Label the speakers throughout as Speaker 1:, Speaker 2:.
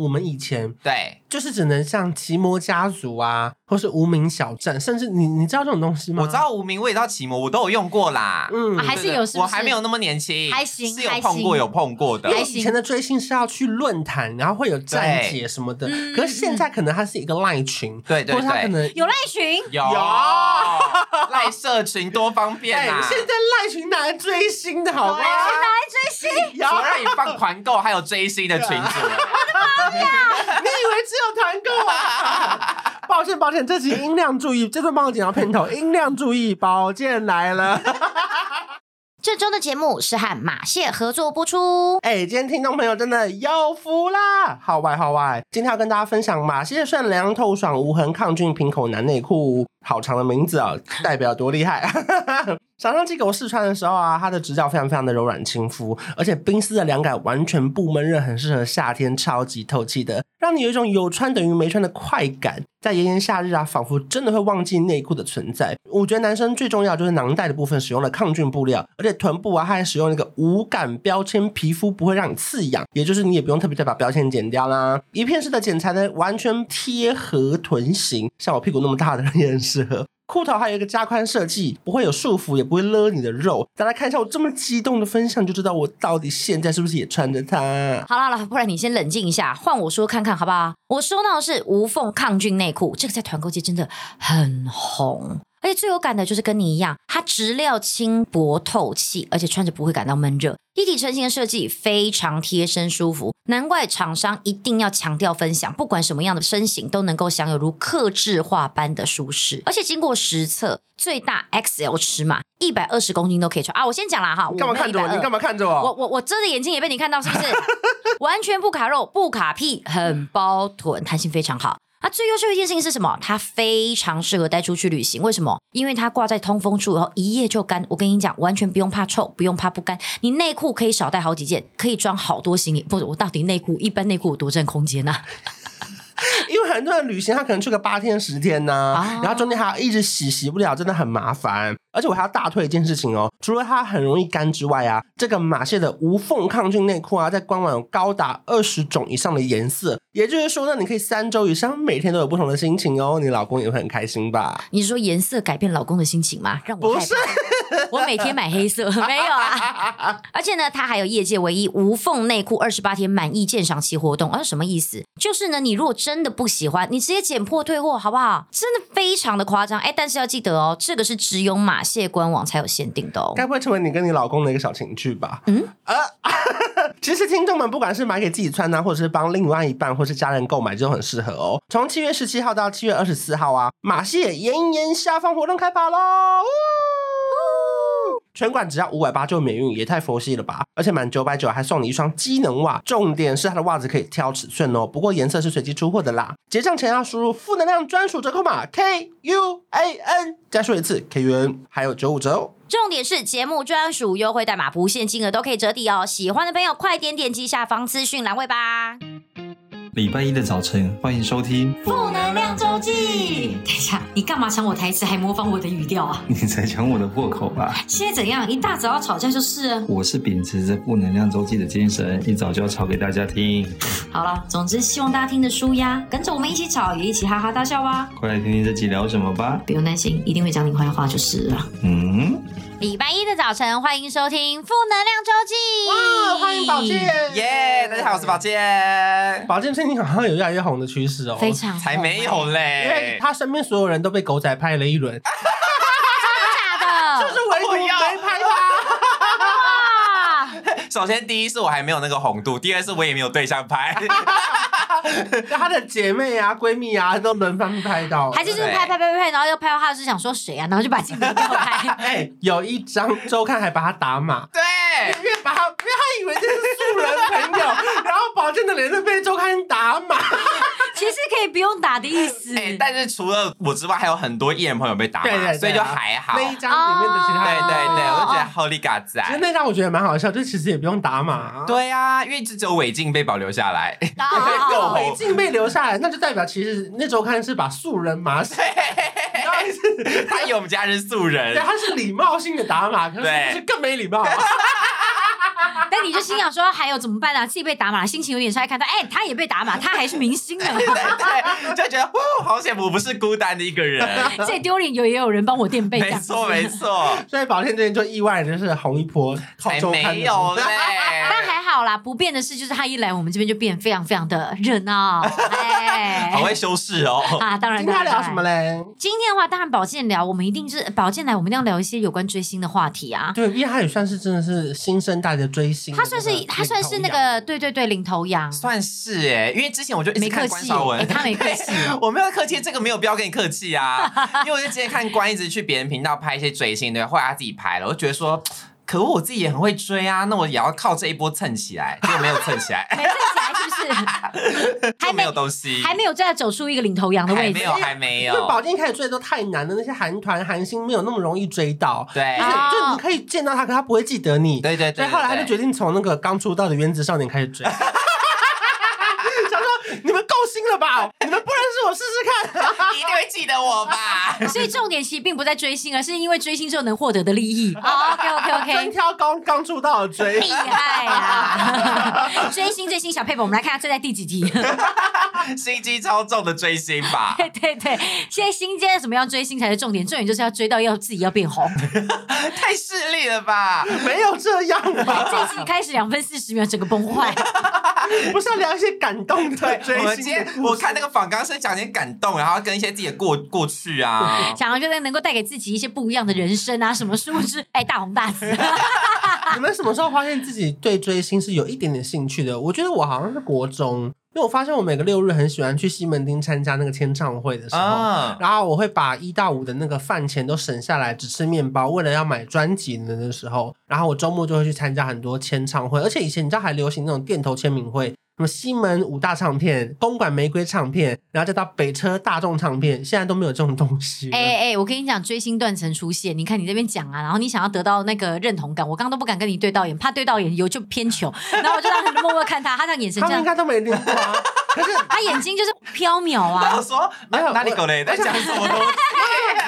Speaker 1: 我们以前
Speaker 2: 对，
Speaker 1: 就是只能像奇摩家族啊，或是无名小镇，甚至你你知道这种东西吗？
Speaker 2: 我知，道无名，我也知道奇摩，我都有用过啦。
Speaker 1: 嗯
Speaker 3: 啊，还是
Speaker 2: 对对
Speaker 3: 有是不
Speaker 2: 我
Speaker 3: 是
Speaker 2: 还没有那么年轻，
Speaker 3: 还行
Speaker 2: 是有
Speaker 3: 还
Speaker 2: 碰过
Speaker 3: 行
Speaker 2: 有碰过的
Speaker 1: 因。为
Speaker 3: 还
Speaker 1: 以
Speaker 3: 行
Speaker 1: 前的追星是要去论坛，然后会有站姐什么的，
Speaker 3: 嗯
Speaker 1: 可是现在可能它是一个赖群，
Speaker 2: 嗯对对
Speaker 1: 或者它可
Speaker 2: 对，
Speaker 1: 能
Speaker 3: 有赖群，
Speaker 2: 有赖社群多方便
Speaker 1: 哎、
Speaker 2: 啊！
Speaker 1: 现在赖群拿来追星的好吗？
Speaker 3: 啊去哪里追星？
Speaker 1: 有
Speaker 2: 我让你放团购，还有追星的群组，
Speaker 1: 你以为只有团购啊？ 抱歉，抱歉，这集音量注意，这段帮我剪到片头，音量注意，宝剑来了。
Speaker 3: 这周的节目是和马蟹合作播出。
Speaker 1: 哎、今天听众朋友真的有福啦！号外号外！今天要跟大家分享马蟹善良、透爽、无痕、抗菌、平口男内裤，好长的名字啊、代表多厉害！想让这个我试穿的时候啊，它的质料非常非常的柔软亲肤，而且冰丝的凉感完全不闷热，很适合夏天，超级透气的，让你有一种有穿等于没穿的快感。在炎炎夏日啊，仿佛真的会忘记内裤的存在。我觉得男生最重要就是囊袋的部分使用了抗菌布料，而且臀部啊，它还使用那个无感标签，皮肤不会让你刺痒，也就是你也不用特别再把标签剪掉啦。一片式的剪裁呢，完全贴合臀型，像我屁股那么大的人也很适合。裤头还有一个加宽设计，不会有束缚，也不会勒你的肉。大家看一下我这么激动的分享，就知道我到底现在是不是也穿着它。
Speaker 3: 好啦好啦，不然你先冷静一下，换我说看看好不好？我收到的是无缝抗菌内裤，这个在团购界真的很红。而且最有感的就是跟你一样，它质料轻薄透气，而且穿着不会感到闷热。一体成型的设计非常贴身舒服，难怪厂商一定要强调分享，不管什么样的身形都能够享有如克制化般的舒适。而且经过实测，最大 XL 尺码一百二十公斤都可以穿啊！我先讲啦哈，
Speaker 1: 干嘛看着我？你干
Speaker 3: 嘛？
Speaker 1: 嘛看着
Speaker 3: 我
Speaker 1: 我？
Speaker 3: 我我遮着眼睛也被你看到，是 不是？完全不卡肉，不卡屁，很包臀，弹性非常好。那最优秀的一件事情是什么？它非常适合带出去旅行。为什么？因为它挂在通风处，然后一夜就干。我跟你讲，完全不用怕臭，不用怕不干。你内裤可以少带好几件，可以装好多行李。不，我到底内裤一般内裤有多占空间啊呢、
Speaker 1: 因为很多人旅行，他可能去个八天十天呢、
Speaker 3: 啊
Speaker 1: 然后中间还要一直洗，洗不了，真的很麻烦。而且我还要大推一件事情哦，除了它很容易干之外啊，这个马蟹的无缝抗菌内裤啊，在官网有高达二十种以上的颜色，也就是说呢，你可以三周以上每天都有不同的心情哦，你老公也会很开心吧？
Speaker 3: 你是说颜色改变老公的心情吗？让我
Speaker 1: 不
Speaker 3: 害
Speaker 1: 是
Speaker 3: 怕。我每天买 黑色，没有啊。而且呢，它还有业界唯一无缝内裤二十八天满意鉴赏期活动，啊，什么意思？就是呢，你如果真的不喜欢，你直接剪破退货，好不好？真的非常的夸张，哎，但是要记得哦，这个是只有马蟹官网才有限定的哦。
Speaker 1: 该不会成为你跟你老公的一个小情趣吧？嗯，呃， 其实听众们不管是买给自己穿啊，或者是帮另外一半或是家人购买，就很适合哦。从七月十七号到七月二十四号啊，马蟹炎炎下放活动开跑喽！呜全馆只要五百八就免运，也太佛系了吧！而且满九百九还送你一双机能袜，重点是它的袜子可以挑尺寸哦，不过颜色是随机出货的啦。结账前要输入负能量专属折扣码 K U A N，再说一次 K U N，还有九五折哦。
Speaker 3: 重点是节目专属优惠代码，不限金额都可以折抵哦。喜欢的朋友快点点击下方资讯栏位吧。
Speaker 4: 礼拜一的早晨，欢迎收听。
Speaker 3: 负能量周记，等一下，你干嘛抢我台词，还模仿我的语调啊？
Speaker 4: 你才抢我的破口吧！
Speaker 3: 现在怎样？一大早要吵架就是了。
Speaker 4: 我是秉持着负能量周记的精神，一早就要吵给大家听，
Speaker 3: 好了，总之希望大家听得舒压，跟着我们一起吵，也一起哈哈大笑吧。
Speaker 4: 快来听听这集聊什么吧。
Speaker 3: 不用担心，一定会讲你坏话就是了。
Speaker 4: 嗯，
Speaker 3: 礼拜一的早晨，欢迎收听《负能量周
Speaker 1: 哇，
Speaker 3: 记》。
Speaker 1: 欢迎宝剑！
Speaker 2: 耶！大家好，我是宝健，
Speaker 1: 宝剑最近好像有越来越红的趋势哦，
Speaker 3: 非常
Speaker 2: 才没有
Speaker 1: 因为
Speaker 2: 嘞，
Speaker 1: 他身边所有人都被狗仔拍了一轮，
Speaker 2: 哎
Speaker 3: 真的假
Speaker 1: 但
Speaker 3: 的
Speaker 1: 是唯独
Speaker 2: 我
Speaker 1: 没
Speaker 2: 要
Speaker 1: 拍他。
Speaker 3: 哇！
Speaker 2: 首先，第一是我还没有那个红度，第二是我也没有对 象拍，
Speaker 1: 他的姐妹啊、闺蜜啊都轮番被拍到，
Speaker 3: 还是就是拍拍拍拍，然后又拍到他是想说谁啊，然后就把镜头调 开。
Speaker 1: 哎、有一张周刊还把他打码。
Speaker 2: 对，
Speaker 1: 因为把他，因为他以为这是素人 朋友，然后宝剑的脸是被周刊打码，
Speaker 2: 啊
Speaker 3: 其实可以不用打的意思。
Speaker 2: 哎、但是除了我之外，还有很多艺人朋友被打嘛，
Speaker 1: 对对对啊
Speaker 2: 所以就还好。
Speaker 1: 那一张里面的其他
Speaker 2: 对
Speaker 1: 人，
Speaker 2: 对对，我就觉得
Speaker 3: 哦
Speaker 2: Holy God 仔
Speaker 1: 其实那张我觉得蛮好笑，就其实也不用打码。
Speaker 2: 啊对啊，因为只有违禁被保留下来。
Speaker 3: 哦哦哦
Speaker 1: 有
Speaker 2: 够
Speaker 1: 违禁被留下来，那就代表其实那周刊是把素人码 死，然后是
Speaker 2: 他以为我们家人是素人
Speaker 1: 对，，他是礼貌性的打码，可是
Speaker 2: 对
Speaker 1: 是更没礼貌。
Speaker 3: 但那你就心想说，还有怎么办啊？自己被打码，心情有点差，看到哎，他也被打码，他还是明星呢，
Speaker 2: 对对，就 觉得哦，好险我不是孤单的一个人。
Speaker 3: 最丢脸有也有人帮我垫背，这
Speaker 2: 没
Speaker 3: 样子
Speaker 2: 错没错，
Speaker 1: 所以宝天最近就意外地就是红一波，靠
Speaker 2: 才
Speaker 1: 周刊的
Speaker 2: 哎没有嘞。
Speaker 3: 但还好啦，不变的是，就是他一来我们这边就变得非常非常的热闹，哎，
Speaker 2: 好会修饰哦。
Speaker 3: 啊，当然。
Speaker 1: 今天要
Speaker 3: 当然
Speaker 1: 聊什么？
Speaker 3: 当然
Speaker 1: 嘞？
Speaker 3: 今天的话，当然宝剑聊，我们一定是呃宝剑来，我们一定要聊一些有关追星的话题啊。
Speaker 1: 对，因为他也算是真的是新生代的追星的
Speaker 3: 他
Speaker 1: 那个
Speaker 3: 算
Speaker 1: 领头
Speaker 3: 是
Speaker 1: 羊，
Speaker 3: 他算是那个对对对领头羊，
Speaker 2: 算是哎，因为之前我就一直
Speaker 3: 没客
Speaker 2: 看关
Speaker 3: 气，
Speaker 2: 少文，
Speaker 3: 哎，他没客 气。
Speaker 2: 我没有客气，这个没有必要跟你客气啊，因为我就之前看关一直去别人频道拍一些追星的，后来他自己拍了，我就觉得说，可恶，我自己也很会追啊，那我也要靠这一波蹭起来，结果没有蹭起来，
Speaker 3: 没站起来是
Speaker 2: 就没有东西，
Speaker 3: 不是？还没有再走出一个领头羊的
Speaker 2: 还
Speaker 3: 位
Speaker 2: 没
Speaker 3: 置
Speaker 2: 有，还没
Speaker 1: 因为
Speaker 2: 有，
Speaker 1: 宝剑一开始追的都太难了，那些韩团韩星没有那么容易追到，
Speaker 2: 对
Speaker 1: 就。是
Speaker 3: 啊
Speaker 1: 就你可以见到他，可他不会记得你。
Speaker 2: 哎对对
Speaker 1: 所
Speaker 2: 对对
Speaker 1: 以后来他就决
Speaker 2: 对
Speaker 1: 定从那个刚出道的原子少年开 始追。想说你们够新了 吧？你们不认识我试试看。
Speaker 2: 你一定会记得我 吧？
Speaker 3: 所以重点其实并不在追星，而是因为追星之后能获得的利 益。OK OK
Speaker 1: 专
Speaker 3: OK，
Speaker 1: 挑刚刚出道的 追
Speaker 3: 厉。害啊！追星最新小佩宝，我们来看他追在第 几题。
Speaker 2: 心机超重的追星吧，
Speaker 3: 对对对，现在新阶怎么样追星才是重点，重点就是要追到要自己要变红。
Speaker 2: 太势利了吧？
Speaker 1: 没有这样吧？
Speaker 3: 这一集开始两分四十秒，整个崩坏。
Speaker 1: 不是要聊一些感动的追
Speaker 2: 我们今
Speaker 1: 星的故
Speaker 2: 天
Speaker 1: 事
Speaker 2: 我看那个访刚是讲点感动，然后跟一些自己的过过去啊，
Speaker 3: 想要就是能够带给自己一些不一样的人生啊，什么殊不知哎大红 大紫。
Speaker 1: 你们什么时候发现自己对追星是有一点点兴趣的？我觉得我好像是国中，因为我发现我每个六日很喜欢去西门町参加那个签唱会的时候。
Speaker 2: 啊，
Speaker 1: 然后我会把一到五的那个饭钱都省下来，只吃面包，为了要买专辑的那时候，然后我周末就会去参加很多签唱会，而且以前你知道还流行那种店头签名会，什么西门五大唱片、公馆玫瑰唱片，然后再到北车大众唱片，现在都没有这种东西了。
Speaker 3: 哎哎，我跟你讲，追星断层出现，你看你这边讲啊，然后你想要得到那个认同感，我刚刚都不敢跟你对到眼，怕对到眼有就偏球，然后我就让你默默看他，他那眼神
Speaker 1: 他
Speaker 3: 这
Speaker 1: 们
Speaker 3: 样
Speaker 1: 应，该都没练过啊，可是
Speaker 3: 他眼睛就是缥缈
Speaker 2: 我
Speaker 3: 啊
Speaker 2: 想。说
Speaker 1: 没有
Speaker 2: 哪里狗嘞？在讲什么东西？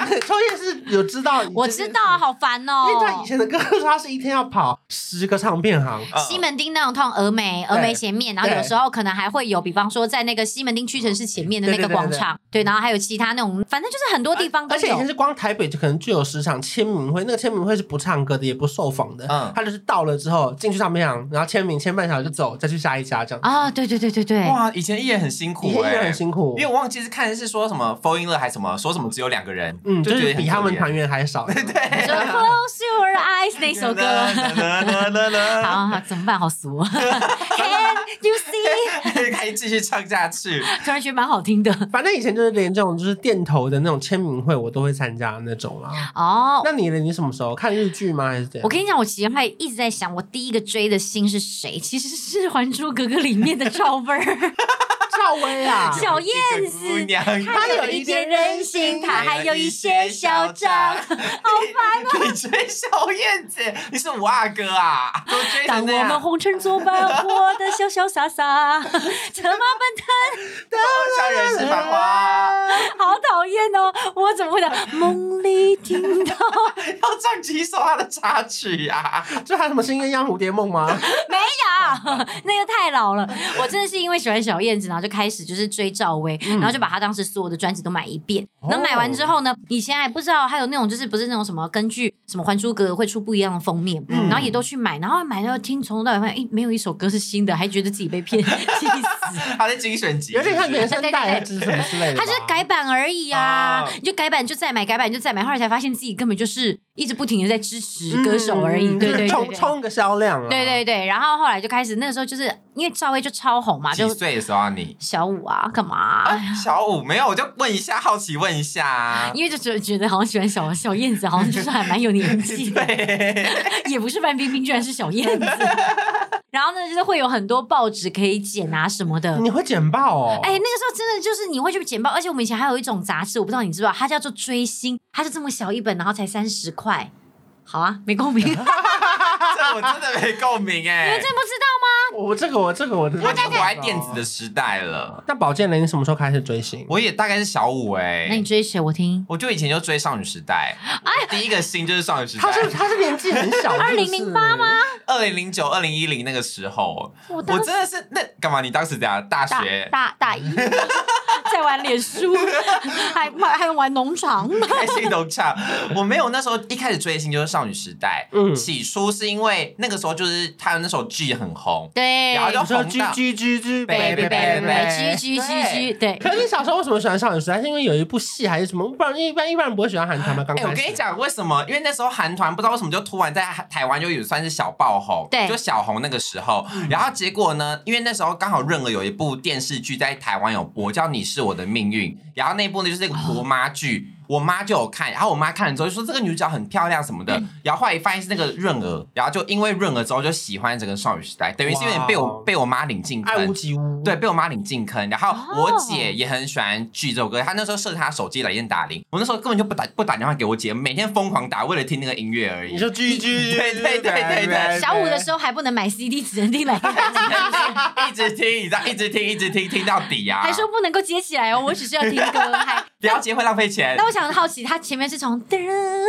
Speaker 1: 抽烟是有知道，
Speaker 3: 我知道啊，好烦哦。
Speaker 1: 因为他以前的歌手，他是一天要跑十个唱片行。
Speaker 2: 嗯
Speaker 3: 西门町那种通峨眉，峨眉前面，然后有时候可能还会有，比方说在那个西门町屈臣氏前面的那个广场，对，然后还有其他那种，反正就是很多地方都
Speaker 1: 而且以前
Speaker 3: 有。
Speaker 1: 是光台北就可能就有十场签名会，那个签名会是不唱歌的，也不受访的，
Speaker 2: 嗯
Speaker 1: 他就是到了之后进去唱片行，然后签名签半小时就走，再去下一家这样。
Speaker 3: 啊，对对对对对，
Speaker 2: 哇，以前艺人很辛
Speaker 1: 以
Speaker 2: 苦
Speaker 1: 前
Speaker 2: 哎、
Speaker 1: 也很辛苦，
Speaker 2: 因为我忘记是看是说什么 f o l l in love 还是什么，说什么只有两个人，
Speaker 1: 嗯，就
Speaker 2: 觉
Speaker 1: 是
Speaker 2: 得
Speaker 1: 比他们团员还少。
Speaker 3: 你说 Close Your Eyes 那
Speaker 2: 一
Speaker 3: 首 歌， 好好怎么办？好俗 哦，Can You See？
Speaker 2: 可以继续唱下去。
Speaker 3: 突然觉得蛮好听的
Speaker 1: 反正以前就是连这种就是店头的那种签名会，我都会参加那种啦。
Speaker 3: 哦。
Speaker 1: 那你呢？你什么时候看日剧吗？还是怎样？
Speaker 3: 我跟你讲，我其实还一直在想，我第一个追的星是谁？其实是《还珠格格》里面的赵薇儿。
Speaker 1: 赵薇啊，
Speaker 3: 小燕子
Speaker 2: 姑娘，
Speaker 3: 她有一点任性她还有一些嚣张
Speaker 2: 好烦哦！ 你追小燕子，你是五阿哥 啊？都追
Speaker 3: 当
Speaker 2: 成那
Speaker 3: 我们
Speaker 2: 样，
Speaker 3: 红尘作伴，活得潇潇洒 洒，策马奔
Speaker 2: 像人世繁花，
Speaker 3: 腾，好讨厌哦！我怎么会的？梦里听到
Speaker 2: 要唱几首他的插曲啊呀？
Speaker 1: 这还有什么《新鸳鸯蝴蝶梦》吗？
Speaker 3: 没有， 那个太老了。我真的是因为喜欢小燕子，然后就开始就是追赵薇，然后就把她当时所有的专辑都买一遍。然后买完之后呢，以前还不知道还有那种就是不是那种什么根据什么《还珠格格》会出不一样的封面，然后也都去买，然后买到听从头到尾发现，哎，没有一首歌是新的，还觉得自己被骗，气死。
Speaker 2: 他在精选集，
Speaker 1: 有点像原声带还是什么之类的吧。
Speaker 3: 它就是改版而已啊，
Speaker 2: 哦
Speaker 3: 你就改版就再买，改版就再买，后来才发现自己根本就是一直不停的在支持歌手而已，
Speaker 1: 嗯
Speaker 3: 对
Speaker 1: 就是
Speaker 3: 对对
Speaker 1: 冲
Speaker 3: 对。
Speaker 1: 冲个销量啊。
Speaker 3: 对对对，然后后来就开始，那个时候就是因为赵薇就超红嘛，
Speaker 2: 几
Speaker 3: 就
Speaker 2: 岁的时候啊你？
Speaker 3: 小五啊，干嘛、
Speaker 2: 啊，小五没有，我就问一下，好奇问一下 啊。
Speaker 3: 因为就觉觉得好像喜欢小小燕子，好像就是还蛮有年纪 的，
Speaker 2: 对，
Speaker 3: 也不是范冰冰，居然是小 燕子。然后呢，就是会有很多报纸可以剪啊什么的，
Speaker 2: 嗯
Speaker 1: 你会剪报哦？
Speaker 3: 哎、那个时候真的就是你会去剪报，而且我们以前还有一种杂志，我不知道你知不知道，它叫做《 追星》，它就这么小一本，然后才三十块。好啊，没共鸣。
Speaker 2: 这我真的没共鸣
Speaker 5: 你
Speaker 2: 哎、
Speaker 5: 们真不知道吗？
Speaker 1: 我这个我这个我
Speaker 2: 我已经活在电子
Speaker 1: 哦
Speaker 2: 的。时代了，
Speaker 1: 那宝剑雷，你什么时候开始追星？
Speaker 2: 我也大概是小五哎、
Speaker 5: 那你追谁？我听。
Speaker 2: 我就以前就追少女时代，我第一个星就是少女时代
Speaker 1: 他，是他是年纪很 小，
Speaker 5: 2008
Speaker 1: 吗？
Speaker 2: 二零零九、二零一零那个时候，
Speaker 5: 我
Speaker 2: 我真的是那干嘛？你当时怎样？大
Speaker 3: 大
Speaker 2: 学
Speaker 3: 大大 一，在玩脸书，还玩还玩 农场，
Speaker 2: 开心都唱。我没有那时候一开始追星就是少女时代，
Speaker 1: 嗯
Speaker 2: 起初是因为那个时候就是他那首剧很红，
Speaker 3: 对
Speaker 2: 然后就
Speaker 1: 你说
Speaker 2: 红
Speaker 1: 居
Speaker 2: 到。
Speaker 1: 居居居
Speaker 2: 北北北
Speaker 3: 居居居居，哎对，
Speaker 1: 可是你小时候为什么喜欢少女时代？是因为有一部戏还是什么？不然一般一般人不会喜欢韩团吗？刚开
Speaker 2: 哎、
Speaker 1: 始。
Speaker 2: 我跟你，讲为什么？因为那时候韩团不知道为什么就突然在台湾就有算是小爆红，
Speaker 3: 对
Speaker 2: 就小红那个时候。
Speaker 1: 嗯
Speaker 2: 然后结果呢，因为那时候刚好润儿有一部电视剧在台湾有播，叫《你是我的命运》，然后那部呢就是那个婆妈剧。我妈就有看，然后我妈看了之后就说这个女主角很漂亮什么的，然后后来发现是那个润儿，然后就因为润儿之后就喜欢整个少女时代，等于是有点被
Speaker 1: 哇
Speaker 2: 我
Speaker 1: 哦
Speaker 2: 被我妈领进
Speaker 1: 爱
Speaker 2: 坑
Speaker 1: 屋，及乌。
Speaker 2: 对，，被我妈领进坑。然后我
Speaker 3: 哦
Speaker 2: 姐也很喜欢剧这首歌，她那时候设她手机来电打铃，我那时候根本就不打不打电话给我姐，每天疯狂打，为了听那个音乐而已
Speaker 1: 你。说居居，
Speaker 2: 对对对对对
Speaker 3: 小五的时
Speaker 1: 候，
Speaker 3: 候还不能买 CD，只能 听来电，
Speaker 2: 一直听，你知道，一直听，一直听，听到底啊！
Speaker 3: 还说不能够接起来哦，我只是要听歌。 还，
Speaker 2: 表姐会浪费钱
Speaker 3: 那，我想好奇，他前面是从 噔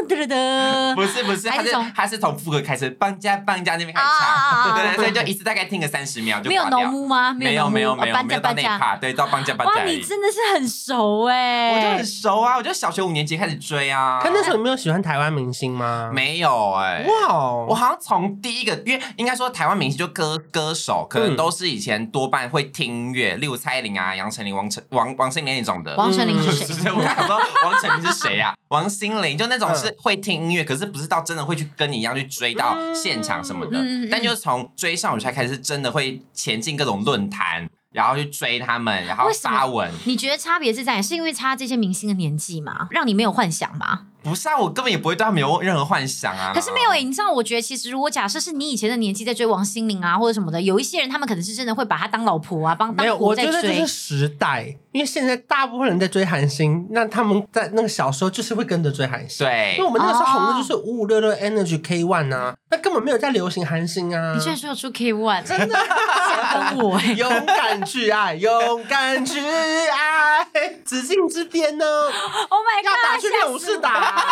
Speaker 3: 噔噔
Speaker 2: 不是不是，
Speaker 3: 还
Speaker 2: 她
Speaker 3: 是
Speaker 2: 是
Speaker 3: 从
Speaker 2: 她是从副歌开始，棒加棒加那边开始
Speaker 3: 啊啊
Speaker 2: 唱，
Speaker 3: 啊啊
Speaker 2: 对对对，所以就一次大概听个三十秒就
Speaker 3: 没有
Speaker 2: 挂掉
Speaker 3: 农夫吗？
Speaker 2: 没
Speaker 3: 有
Speaker 2: 有没有
Speaker 3: 农夫
Speaker 2: 没
Speaker 3: 哦
Speaker 2: 有
Speaker 3: 搬
Speaker 2: 没
Speaker 3: 家
Speaker 2: 有到
Speaker 3: 搬
Speaker 2: 那一
Speaker 3: 家。
Speaker 2: 趴，对，到棒加棒加
Speaker 3: 哇，
Speaker 2: 而
Speaker 3: 你
Speaker 2: 已。
Speaker 3: 真的是很熟
Speaker 2: 我
Speaker 3: 哎、
Speaker 2: 就很熟啊，我就小学五年级开始追啊。
Speaker 1: 可那时候你没有喜欢台湾明星吗？，
Speaker 2: 没有哎，
Speaker 1: 哇哦，
Speaker 2: 我好像从第一个，因为应该说台湾明星就歌歌手，可能都是以前多半会听音乐，例如蔡依林啊、杨丞琳、王成王王心凌那种的。
Speaker 3: 王神龄是 谁？
Speaker 2: 是我刚想说王成林是谁啊？王心凌就那种是会听音乐，可是不是到真的会去跟你一样去追到现场什么的。
Speaker 3: 嗯嗯嗯
Speaker 2: 但就是从追少女时代开始，是真的会前进各种论坛，然后去追他们，然后
Speaker 3: 为什么
Speaker 2: 发文。
Speaker 3: 你觉得差别是在是因为差这些明星的年纪吗？让你没有幻想吗？
Speaker 2: 不是啊，我根本也不会对他们有任何幻想啊。
Speaker 3: 可是没有诶、哎你知道，我觉得其实如果假设是你以前的年纪在追王心凌啊或者什么的，有一些人他们可能是真的会把她当老婆啊，帮
Speaker 1: 没有，
Speaker 3: 当
Speaker 1: 我
Speaker 3: 婆在
Speaker 1: 觉得这
Speaker 3: 追
Speaker 1: 是。时代，因为现在大部分人在追韩星，那他们在那个小时候就是会跟着追韩星。
Speaker 2: 对
Speaker 1: 因为，我们那个时候红的
Speaker 3: 哦
Speaker 1: 就是五五六六 Energy K One 啊，那根本没有在流行韩星啊
Speaker 3: 你。居然说得出 K One，真的 我诶、
Speaker 1: 勇敢去爱，勇敢去爱，紫禁之巅呢？
Speaker 3: o h，Oh my
Speaker 1: 要
Speaker 3: god！
Speaker 1: 打去练武士打，
Speaker 2: 啊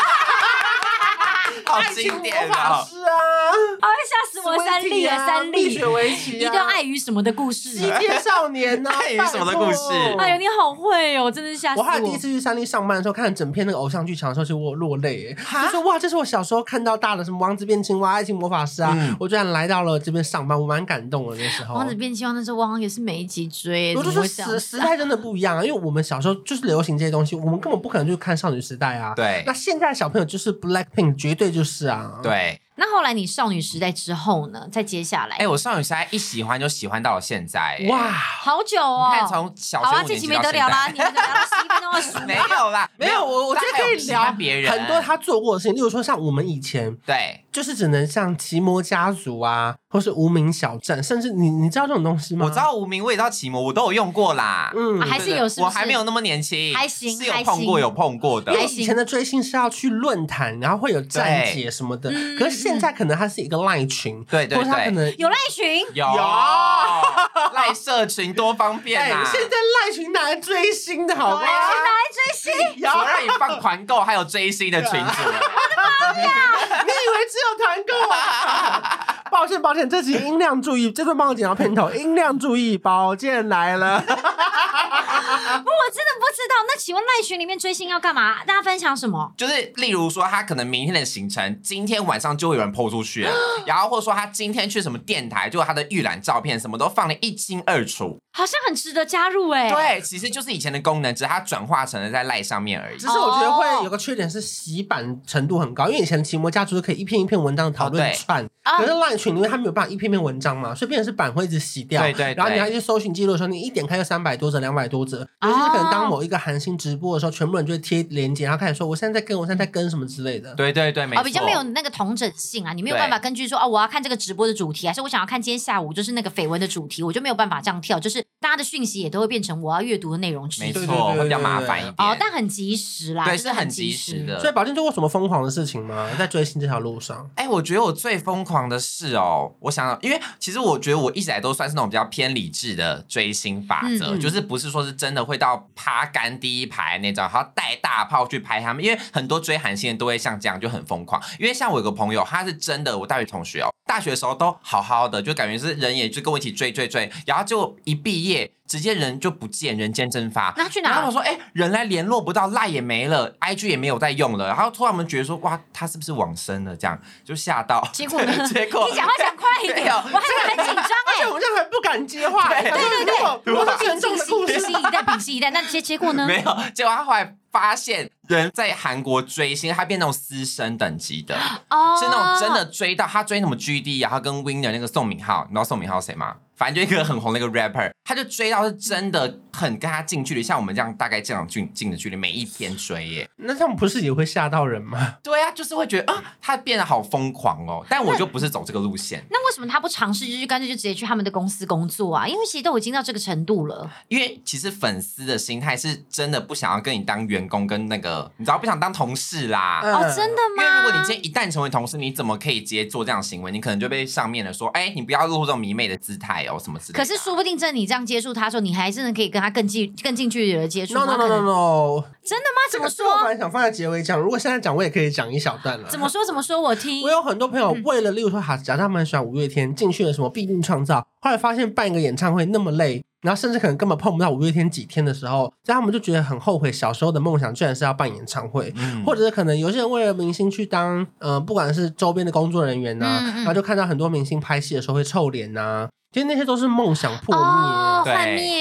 Speaker 2: 好
Speaker 1: 爱情
Speaker 2: 经
Speaker 1: 魔
Speaker 2: 典
Speaker 1: 法
Speaker 2: 哦。
Speaker 1: 师啊，
Speaker 3: 吓死我！吓死我！三立
Speaker 1: 啊，
Speaker 3: 三
Speaker 1: 碧
Speaker 3: 立，
Speaker 1: 血围棋
Speaker 3: 一
Speaker 1: 啊，
Speaker 3: 段爱与什么的故事啊
Speaker 1: 西。
Speaker 2: 啊
Speaker 1: 街少年呢、
Speaker 2: 爱与什么的故事
Speaker 1: 拜托
Speaker 3: 哎呦，你好会哦，真的是吓死
Speaker 1: 我
Speaker 3: 我！
Speaker 1: 后来第一次去三立上班的时候，看整篇那个偶像剧场的时候，其实我有落泪，哎就说哇，这是我小时候看到大的什么《王子变青蛙》《爱情魔法师》啊，
Speaker 2: 嗯
Speaker 1: 我居然来到了这边上班，我蛮感动的那时候。
Speaker 3: 王子变青蛙那时候，汪也是每一集追，
Speaker 1: 我就
Speaker 3: 怎
Speaker 1: 说
Speaker 3: 么会这样
Speaker 1: 时时代真的不一样啊，因为我们小时候就是流行这些东西，我们根本不可能去看少女时代啊。
Speaker 2: 对
Speaker 1: 那现在小朋友就是 Blackpink，绝对就是啊。，
Speaker 2: 对，
Speaker 3: 那后来你少女时代之后呢？再接下来，
Speaker 2: 哎、我少女时代一喜欢就喜欢到了现在、欸，！
Speaker 1: 哇，
Speaker 3: 好久哦，
Speaker 2: 你看从小
Speaker 3: 好
Speaker 2: 学
Speaker 3: 啊，
Speaker 2: 五
Speaker 3: 这
Speaker 2: 年
Speaker 3: 期
Speaker 2: 级
Speaker 3: 没
Speaker 2: 到
Speaker 3: 得
Speaker 2: 现
Speaker 3: 聊啦，
Speaker 2: 在，
Speaker 3: 你们聊到十一分钟二十
Speaker 2: 没有啦，
Speaker 1: 没有我，我觉
Speaker 2: 但
Speaker 1: 得
Speaker 2: 还
Speaker 1: 可
Speaker 2: 有
Speaker 1: 以
Speaker 2: 喜欢
Speaker 1: 聊
Speaker 2: 别人
Speaker 1: 很多他嗯做过的事情，例如说像我们以前
Speaker 2: 对。
Speaker 1: 就是只能像奇摩家族啊，或是无名小镇，甚至你你知道这种东西吗？
Speaker 2: 我知，道无名，我也知道奇摩，我都有用过啦。
Speaker 1: 嗯
Speaker 3: 啊，还
Speaker 2: 对
Speaker 3: 是
Speaker 2: 对
Speaker 3: 有是不是
Speaker 2: 我还没有那么年轻，
Speaker 3: 还行
Speaker 2: 是有
Speaker 3: 还
Speaker 2: 碰过，
Speaker 3: 行
Speaker 2: 有碰过的
Speaker 3: 还。行
Speaker 1: 以前的追星是要去论坛，然后会有站姐什么的
Speaker 3: 嗯，
Speaker 1: 可是现在可能它是一个 line 群，
Speaker 2: 对对
Speaker 1: 或者它
Speaker 2: 对
Speaker 1: 可能
Speaker 3: 有赖群，
Speaker 2: 有
Speaker 1: 有
Speaker 2: 赖社群多方便
Speaker 1: 哎，
Speaker 2: 啊！
Speaker 1: 现在赖群拿来追星的好吗？
Speaker 3: 去哪里追星？
Speaker 1: 有
Speaker 2: 我让你放团购，还有追星的群 组，
Speaker 1: 你以为只有团购啊？ 抱歉，抱歉，这集音量注意，这段帮我剪到片头，音量注意，宝剑来了。
Speaker 3: 我真的不知道。那请问赖群里面追星要干嘛？大家分享什么？
Speaker 2: 就是例如说他可能明天的行程，今天晚上就会有人 PO 出去了，然后或者说他今天去什么电台，就他的预览照片什么都放的一清二楚。
Speaker 3: 好像很值得加入哎、，
Speaker 2: 对，其实就是以前的功能，只是它转化成了在赖上面而 已
Speaker 1: 只。是我觉得
Speaker 2: 哦
Speaker 1: 会有个缺点是洗版程度很高，因为以前奇摩家族是可以一篇一篇文章讨
Speaker 2: 哦
Speaker 1: 论
Speaker 2: 对
Speaker 1: 串，
Speaker 3: 啊
Speaker 1: 可是 LINE 群因为它没有办法一篇篇文章嘛，所以变成是版会一直洗掉。
Speaker 2: 对对对
Speaker 1: 然后你还去搜寻记录的时候，你一点开就三百多则、两百多则，尤其是可能当某一个韩星直播的时候，全部人就会贴链接，然后开始说我现在在跟，我现在在跟什么之类的。
Speaker 2: 对对对，没
Speaker 3: 哦，
Speaker 2: 错，
Speaker 3: 比较没有那个同整性啊，你没有
Speaker 2: 对
Speaker 3: 办法根据说哦，我要看这个直播的主题，还是我想要看今天下午就是那个绯闻的主题，我就没有办法这样跳，就是大家的讯息也都会变成我要阅读的内容之
Speaker 2: 没
Speaker 3: 一。
Speaker 1: 对对
Speaker 2: 错，
Speaker 1: 对
Speaker 2: 会比较麻烦一点。
Speaker 3: 哦，但很及时啦，
Speaker 2: 对
Speaker 3: 就是
Speaker 2: 很及时。的。
Speaker 1: 所以宝剑做过什么疯狂的事情吗？在追星这条路上，
Speaker 2: 哎、我觉得我最疯狂的事哦，我想，因为其实我觉得我一直以来都算是那种比较偏理智的追星法则，
Speaker 3: 嗯嗯
Speaker 2: 就是不是说是真的会到趴干第一排那种，然后带大炮去拍他们，因为很多追韩星人都会像这样就很疯狂。因为像我有个朋友，他是真的，我大学同学哦，大学的时候都好好的，就感觉是人也就跟我一起追追追，然后就一毕业直接人就不见，人间蒸发。
Speaker 3: 那他去
Speaker 2: 然后他
Speaker 3: 哪
Speaker 2: 们
Speaker 3: 了？
Speaker 2: 说，哎、人来联络不到，赖也没了，IG 也没有在用了。然后突然我们觉得说，哇，他是不是往生了？这样就吓到。
Speaker 3: 结果呢
Speaker 2: 结果
Speaker 3: 你讲话讲快一
Speaker 2: 对
Speaker 3: 点，
Speaker 2: 哦
Speaker 3: 我还很紧
Speaker 1: 而
Speaker 3: 张
Speaker 1: 且
Speaker 3: 哎
Speaker 1: 我。们这还不敢接话，哎
Speaker 2: 对
Speaker 1: 想说
Speaker 3: 对对对
Speaker 1: 如果如果是沉
Speaker 3: 屏
Speaker 1: 重的故
Speaker 3: 息，屏
Speaker 1: 事
Speaker 3: 息，一代，屏息一代。那结结果呢？
Speaker 2: 没有，结果他后来发现，人在韩国追星，他变那种私生等级的，
Speaker 3: 哦，
Speaker 2: 是那种真的追到他追什么 GD，然后跟 Winner 那个宋敏浩，你知道宋敏浩谁吗？反正就一个很红的一个 rapper，他就追到是真的很跟他近距离，像我们这样大概这样近近的距离，每一天追耶。
Speaker 1: 那他们不是也会吓到人吗？
Speaker 2: 对啊，就是会觉得啊，他变得好疯狂哦。但我就不是走这个路 线，
Speaker 3: 那为什么他不尝试，就是干脆就直接去他们的公司工作啊？因为其实都已经到这个程度了，
Speaker 2: 因为其实粉丝的心态是真的不想要跟你当员工，跟那个你知道不想当同事啦。
Speaker 1: 嗯
Speaker 3: 哦，真的
Speaker 2: 因
Speaker 3: 吗？
Speaker 2: 为如果你今天一旦成为同事，你怎么可以直接做这样的行为？你可能就被上面的说，哎、你不要露出这种迷妹的姿态哦，什么之类的。
Speaker 3: 可
Speaker 1: 啊
Speaker 3: 是说不定真的你这样接触他的时候，你还真的可以跟他更近更近距离的接触。
Speaker 1: No
Speaker 3: 他
Speaker 1: no
Speaker 3: 可
Speaker 1: no
Speaker 3: 能
Speaker 1: no no，
Speaker 3: 真的吗？
Speaker 1: 这
Speaker 3: 怎
Speaker 1: 个
Speaker 3: 么
Speaker 1: 是我本
Speaker 3: 说？
Speaker 1: 来想放在结尾讲，如果现在讲，我也可以讲一小段了。
Speaker 3: 怎么？说？怎么说？我听
Speaker 1: 我。有很多朋
Speaker 3: 嗯
Speaker 1: 友为了，例如说，好，假设他们很喜欢五月天，进去了什么必定创造，后来发现办一个演唱会那么累，然后甚至可能根本碰不到五月天几天的时候，所以他们就觉得很后悔，小时候的梦想居然是要办演唱会。
Speaker 2: 嗯，
Speaker 1: 或者是可能有些人为了明星去当，呃，不管是周边的工作人员呐、
Speaker 3: 嗯嗯
Speaker 1: 然后就看到很多明星拍戏的时候会臭脸呐、其实那些都是梦想破灭。
Speaker 3: 哦，
Speaker 2: 对
Speaker 3: 幻灭。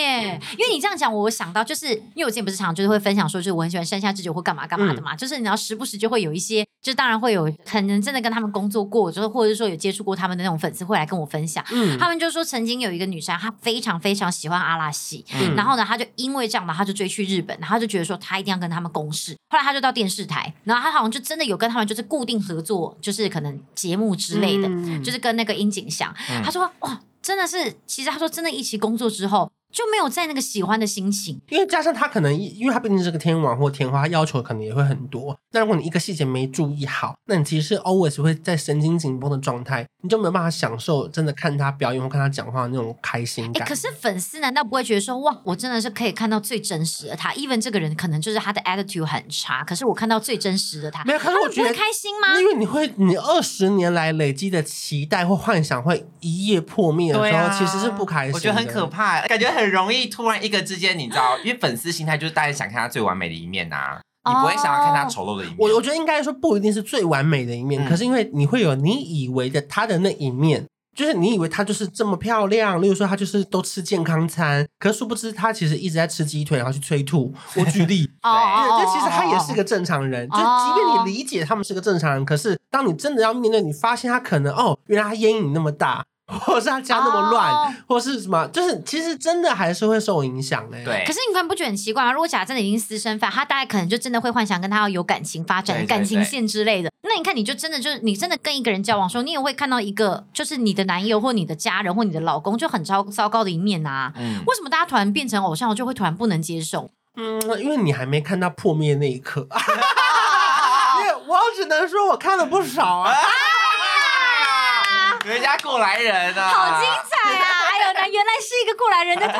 Speaker 3: 因为你这样讲，我想到就是，因为我之前不是常就是会分享说，就是我很喜欢山下智久或干嘛干嘛的
Speaker 1: 嗯
Speaker 3: 嘛，就是你要时不时就会有一些，就是当然会有可能真的跟他们工作过，就是或者说有接触过他们的那种粉丝会来跟我分享，
Speaker 1: 嗯
Speaker 3: 他们就说曾经有一个女生，她非常非常喜欢阿拉西，
Speaker 1: 嗯
Speaker 3: 然后呢，她就因为这样嘛，她就追去日本，然后她就觉得说她一定要跟他们共事。后来她就到电视台，然后她好像就真的有跟他们就是固定合作，就是可能节目之类的，
Speaker 1: 嗯
Speaker 3: 就是跟那个樱井翔，
Speaker 2: 嗯
Speaker 3: 她说哇，真的是，其实她说真的，一起工作之后就没有在那个喜欢的心情。
Speaker 1: 因为加上他可能，因为他毕竟是个天王或天花，他要求可能也会很多。那如果你一个细节没注意好，那你其实是 always 会在神经紧绷的状态，你就没有办法享受真的看他表演或看他讲话的那种开心
Speaker 3: 哎，
Speaker 1: 感。
Speaker 3: 可是粉丝难道不会觉得说，哇，我真的是可以看到最真实的他？even 这个人可能就是他的 attitude 很差，可是我看到最真实的他，
Speaker 1: 没有，可是
Speaker 3: 他
Speaker 1: 我
Speaker 3: 们不
Speaker 1: 觉
Speaker 3: 会
Speaker 1: 得。
Speaker 3: 开心吗？
Speaker 1: 因为你会，你二十年来累积的期待或幻想会一夜破灭的
Speaker 2: 对
Speaker 1: 时候，
Speaker 2: 啊，
Speaker 1: 其实是不开心的。
Speaker 2: 我觉得很可怕，感觉很容易突然一个之间，你知道，因为粉丝心态就是大家想看他最完美的一面呐、
Speaker 3: 哦
Speaker 2: 你不会想要看他丑陋的一面。
Speaker 1: 我我觉得应该说不一定是最完美的一面，
Speaker 2: 嗯
Speaker 1: 可是因为你会有你以为的她的那一面，就是你以为她就是这么漂亮，例如说她就是都吃健康餐，可是殊不知她其实一直在吃鸡腿，然后去催吐。我举 例，
Speaker 3: 哦
Speaker 1: 对，
Speaker 3: 哦，
Speaker 1: 这其实她也是
Speaker 3: 个。
Speaker 1: 个正常人，就
Speaker 3: 哦
Speaker 1: 是即便你理解他们是个正常人，可是当你真的要面对，你发现她可能哦，原来她烟瘾那么大。或者是她家那么
Speaker 3: 哦
Speaker 1: 乱，或是什么，就是其实真的还是会受影响欸嘞、
Speaker 2: 对
Speaker 3: 可是你们不觉得很奇怪吗？如果假如真的已经私生饭，他大概可能就真的会幻想跟他要有感情发展、
Speaker 2: 对对
Speaker 3: 感情线之类的。那你看，你就真的就是你真的跟一个人交往的时候，你也会看到一个就是你的男友或你的家人或你的老公就很糟糟糕的一面啊。
Speaker 2: 嗯，
Speaker 3: 为什么大家突然变成偶像，我就会突然不能 接受？
Speaker 1: 嗯，因为你还没看到破灭那一刻，
Speaker 3: 哦
Speaker 1: 因为我只能说我看了不少啊。
Speaker 2: 人家过来人啊，
Speaker 3: 好精彩啊！哎呦，那原来是一个过来人的痛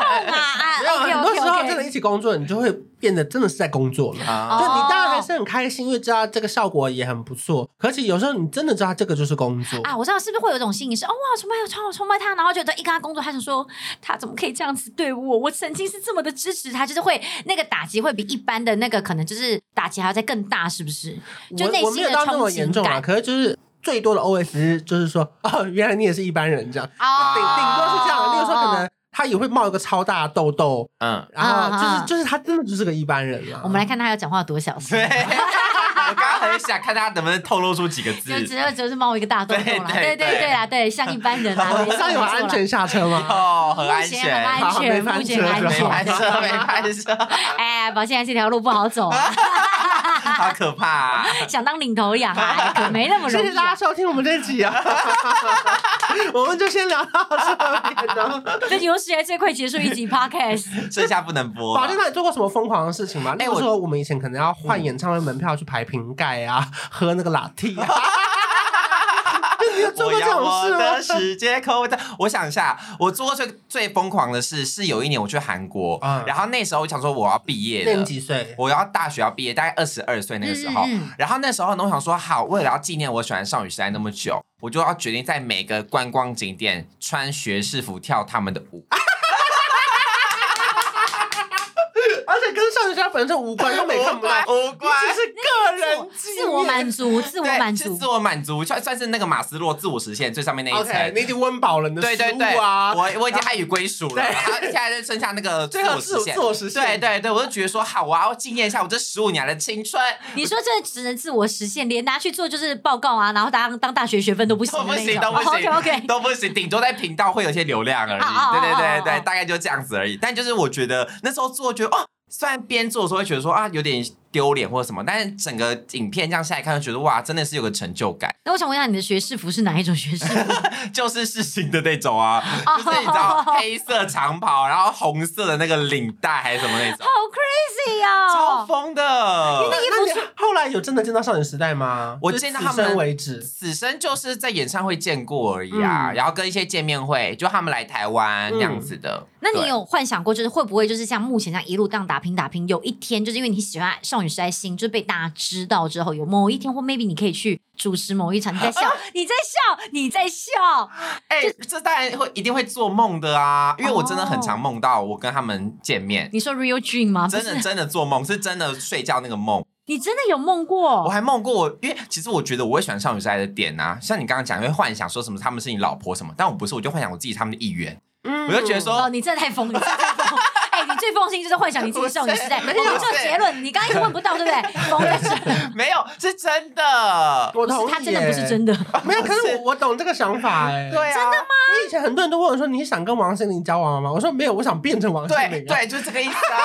Speaker 3: 啊！
Speaker 1: 没有，很
Speaker 3: 啊
Speaker 1: 多
Speaker 3: ，OK
Speaker 1: 时候真
Speaker 3: OK
Speaker 1: 的
Speaker 3: OK。
Speaker 1: 一起工作，你就会变得真的是在工作了。
Speaker 2: 啊
Speaker 1: 就
Speaker 3: 哦
Speaker 1: 你当然还是很开心，因为知道这个效果也很不错。而且有时候你真的知道这个就是工作，
Speaker 3: 啊，我知道是不是会有一种心理是哦，哇，崇拜崇崇拜他，然后觉得一跟他工作，他就说他怎么可以这样子对我？我曾经是这么的支持他，就是会那个打击会比一般的那个可能就是打击还要再更大，是不是？就内
Speaker 1: 我我没
Speaker 3: 心
Speaker 1: 有
Speaker 3: 的
Speaker 1: 到那
Speaker 3: 冲
Speaker 1: 么
Speaker 3: 击
Speaker 1: 严重啊，
Speaker 3: 感。
Speaker 1: 可是就是。最多的 OS 就是说，哦，原来你也是一般人这样，
Speaker 3: 哦
Speaker 1: 顶顶多是这样。例如说，可
Speaker 3: 哦
Speaker 1: 能他也会冒一个超大的痘痘，
Speaker 2: 嗯，
Speaker 1: 然后就是、
Speaker 3: 嗯嗯
Speaker 1: 就是他真的就是个一般人啊了。
Speaker 3: 我们来看他要讲话有多小声
Speaker 2: 对，，我刚刚很想看他能不能透露出几个字
Speaker 3: 就。只有只是冒一个大洞洞啦，对
Speaker 2: 对对
Speaker 3: 对对啦，对，像一般 人啦，没
Speaker 1: 这
Speaker 3: 错
Speaker 1: 样有安全，下车吗？
Speaker 2: 哦，很安
Speaker 3: 没错
Speaker 2: 全，
Speaker 3: 啦目前很安全，目前很
Speaker 1: 好
Speaker 2: 没拍
Speaker 3: 安全，
Speaker 2: 车，没拍车，
Speaker 3: 哎，宝现在这条路不好走 啊，
Speaker 2: 好可怕、啊！
Speaker 3: 想当领头羊啊，可没那么
Speaker 1: 谢
Speaker 3: 容
Speaker 1: 谢
Speaker 3: 易
Speaker 1: 大
Speaker 3: 啊
Speaker 1: 家。收听我们这集啊！我们就先聊到这边了。
Speaker 3: 这有史以来最快结束一集 podcast，
Speaker 2: 这下不能播
Speaker 1: 宝
Speaker 2: 了
Speaker 1: 健，。那你做过什么疯狂的事情
Speaker 2: 哎
Speaker 1: 吗？例如说，我们以前可能要换演唱会门票去排瓶盖啊，
Speaker 2: 嗯
Speaker 1: 喝那个拉 a 啊。你有做
Speaker 2: 我
Speaker 1: 过这
Speaker 2: 要
Speaker 1: 种
Speaker 2: 我的
Speaker 1: 事吗？啊
Speaker 2: 世界口袋。我想一下，我做过最最疯狂的事是有一年我去韩国，
Speaker 1: 嗯
Speaker 2: 然后那时候我想说我要毕业
Speaker 1: 那你
Speaker 2: 了，
Speaker 1: 几岁？
Speaker 2: 我要大学要毕业，大概二十二岁那个时候。
Speaker 3: 嗯嗯
Speaker 2: 然后那时候呢，我想说好，为了要纪念我喜欢少女时代那么久，我就要决定在每个观光景点穿学士服跳他们的 舞。
Speaker 1: 哎而且跟少女时代本身无关，都没看 不到，
Speaker 2: 无关。
Speaker 1: 只是个人纪念
Speaker 3: 自我满足，自我
Speaker 2: 对
Speaker 3: 满
Speaker 2: 是
Speaker 3: 足
Speaker 2: 自。我满足，算算是那个马斯洛自我实现最上面那一层。
Speaker 1: OK，你已经温饱了你的
Speaker 2: 对
Speaker 1: 食
Speaker 2: 对对，
Speaker 1: 物啊。
Speaker 2: 我我已经爱与归属了，
Speaker 1: 对
Speaker 2: 然后现在就剩下那个
Speaker 1: 最后
Speaker 2: 自
Speaker 1: 自
Speaker 2: 我实现。
Speaker 1: 自我实现
Speaker 2: 对对对，我就觉得说好，我要纪念一下我这十五年来的青春。
Speaker 3: 你说这只能自我实现，连拿去做就是报告啊，然后当当大学学分都不行哦
Speaker 2: 都
Speaker 3: 的
Speaker 2: 不
Speaker 3: 那
Speaker 2: 行，
Speaker 3: 种。
Speaker 2: 都不
Speaker 3: OK
Speaker 2: 行
Speaker 3: OK，
Speaker 2: 都不行，顶多在频道会有些流量而已。
Speaker 3: 哦哦哦
Speaker 2: 对对
Speaker 3: 哦
Speaker 2: 对
Speaker 3: 哦
Speaker 2: 对，大概就这样子而已。但就是我觉得那时候做，觉得哦，虽然边做的时候会觉得说啊有点丢脸或者什么，但是整个影片这样下来看，就觉得哇，真的是有个成就感，
Speaker 3: 那我想问一下，你的学士服是哪一种学士服？
Speaker 2: 就是是新的那种啊，
Speaker 3: 哦
Speaker 2: 就是你知 道黑色长袍，然后红色的那个领带还是什么那种。
Speaker 3: 好 crazy
Speaker 2: 超
Speaker 3: 哦！
Speaker 2: 疯的！
Speaker 1: 那你后来有真的见到少女时代吗？
Speaker 2: 我
Speaker 1: 就
Speaker 2: 见到
Speaker 1: 此
Speaker 2: 他们
Speaker 1: 生为止。
Speaker 2: 死生就是在演唱会见过而已啊，
Speaker 3: 嗯
Speaker 2: 然后跟一些见面会，就他们来台湾
Speaker 1: 嗯
Speaker 2: 那样子的。
Speaker 3: 那你
Speaker 2: 对
Speaker 3: 有幻想过，就是会不会就是像目前这样一路这样打拼打拼，有一天就是因为你喜欢少女时代心，就是被大家知道之后，有某一天或 maybe 你可以去主持某一场，你在 笑，你在笑，你在笑，
Speaker 2: 哎、这当然会一定会做梦的啊，因为我真的很常梦到我跟他们见面，
Speaker 3: 你说 real dream 吗？哦不
Speaker 2: 真
Speaker 3: 是哦
Speaker 2: 的，真的做梦 是真的睡觉那个梦，
Speaker 3: 你真的有梦
Speaker 2: 我
Speaker 3: 过？
Speaker 2: 还梦过我，因为其实我觉得我会喜欢少女时代的点啊，像你刚刚讲，因为幻想说什么他们是你老婆什么，但我不是，我就幻想我自己他们的一员，
Speaker 1: 嗯
Speaker 2: 我就觉得说
Speaker 3: 哦，你真的太疯，你真的太疯。 哎，你最疯的心就是幻想你自己少女时代，
Speaker 2: 不
Speaker 3: 我
Speaker 2: 是
Speaker 3: 们
Speaker 2: 不
Speaker 3: 这
Speaker 2: 是
Speaker 3: 结论，你刚刚也问不到，对不对？疯在这，
Speaker 2: 没有是真的，
Speaker 1: 我
Speaker 3: 不
Speaker 1: 同
Speaker 3: 是
Speaker 1: 意，
Speaker 3: 他真的不是真。的。
Speaker 1: 没有，可是我我懂这个想法哎、
Speaker 2: 对啊，真的吗？
Speaker 1: 因为以前很多人都问我说：“你想跟王心凌交往吗？”我说：“没有，我想变成王心
Speaker 2: 对
Speaker 1: 凌、啊。
Speaker 2: 对，就是这个意思啊，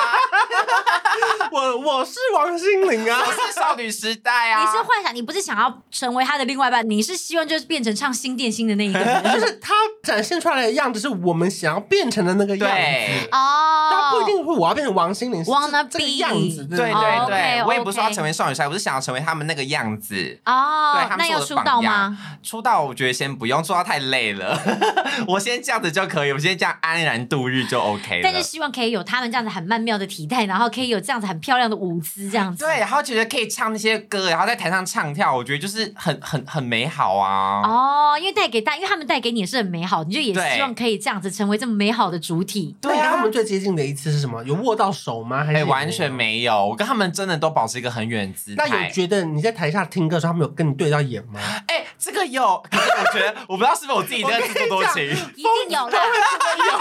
Speaker 1: 我我是王心凌啊
Speaker 2: 我。是少女时代啊，
Speaker 3: 你是幻想，你不是想要成为他的另外一半，你是希望就是变成唱新电心的那一个人
Speaker 1: 就是她展现出来的样子是我们想要变成的那个样子
Speaker 2: 对，
Speaker 1: 但不
Speaker 3: 哦
Speaker 1: 一。定会我要变成王心凌是
Speaker 3: Wanna
Speaker 1: 这个
Speaker 3: be
Speaker 1: 样子。
Speaker 2: 对对对，啊
Speaker 3: 哦，OK，OK
Speaker 1: 啊
Speaker 2: 我也不是说要成为少女时代，我是想要成为他们那个样子。
Speaker 3: 哦
Speaker 2: 对，他们
Speaker 3: 那
Speaker 2: 是
Speaker 3: 要
Speaker 2: 我的
Speaker 3: 出
Speaker 2: 榜
Speaker 3: 道
Speaker 2: 样
Speaker 3: 吗？
Speaker 2: 出道我觉得先不用，出道太累了， 我先这样子就可以，我先这样安然度日就 OK
Speaker 3: 但是
Speaker 2: 了。
Speaker 3: 希望可以有他们这样子很曼妙的体态，然后可以有这样子很漂亮的舞姿，这样子。
Speaker 2: 对，然啊后觉得可以唱那些歌，然后在台上唱跳，我觉得就是很很很美好啊。
Speaker 3: 哦，因为带给大，因为他们带给你也是很美好，你就也
Speaker 2: 对
Speaker 3: 希望可以这样子成为这么美好的主体。
Speaker 1: 那你
Speaker 2: 啊
Speaker 1: 跟他们最接近的一次是什么？有握到手吗？还
Speaker 2: 哎、
Speaker 1: 是
Speaker 2: 完全？没有，我跟他们真的都保持一个很远的姿
Speaker 1: 那有
Speaker 2: 态。
Speaker 1: 觉得你在台下听歌的时候，他们有跟你对到眼吗？
Speaker 2: 哎、这个有，可是我觉得我不知道是不是我自己在自作多情。
Speaker 3: 一定有啦，一定有。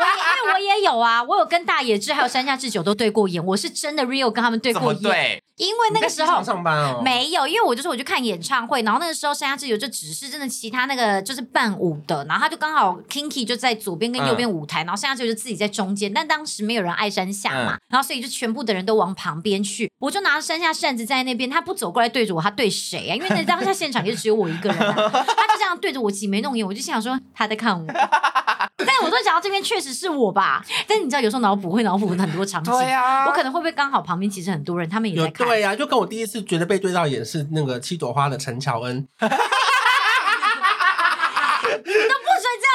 Speaker 3: 我也因为我也有啊，我有跟大野智还有山下智久都对过眼，我是真的 real 跟他们对
Speaker 2: 怎
Speaker 3: 过
Speaker 2: 么
Speaker 3: 眼，
Speaker 2: 对？
Speaker 3: 因为那个时
Speaker 1: 你在机
Speaker 3: 候
Speaker 1: 场上班哦，
Speaker 3: 没有，因为我就是我去看演唱会，然后那个时候山下智久就只是真的其他那个就是伴舞的，然后他就刚好 Kinky 就在左边跟右边舞台，然后山下智久就自己在中间，但当时没有人爱山下嘛，然后所以就全部的人都往旁边去，我就拿山下扇子在那边，他不走过来对着我，他对谁啊？因为那当下现场也只有我一个人、啊，他就这样对着我挤眉弄眼，我就心想说他在看我。但我都想到这边确实是我吧，但你知道有时候脑补会脑补很多场景，
Speaker 2: 对啊，
Speaker 3: 我可能会不会刚好旁边其实很多人，他们也
Speaker 1: 有
Speaker 3: 在看，
Speaker 1: 对啊呀、就跟我第一次觉得被对到眼是那个七朵花的陈乔恩，
Speaker 3: 不准这样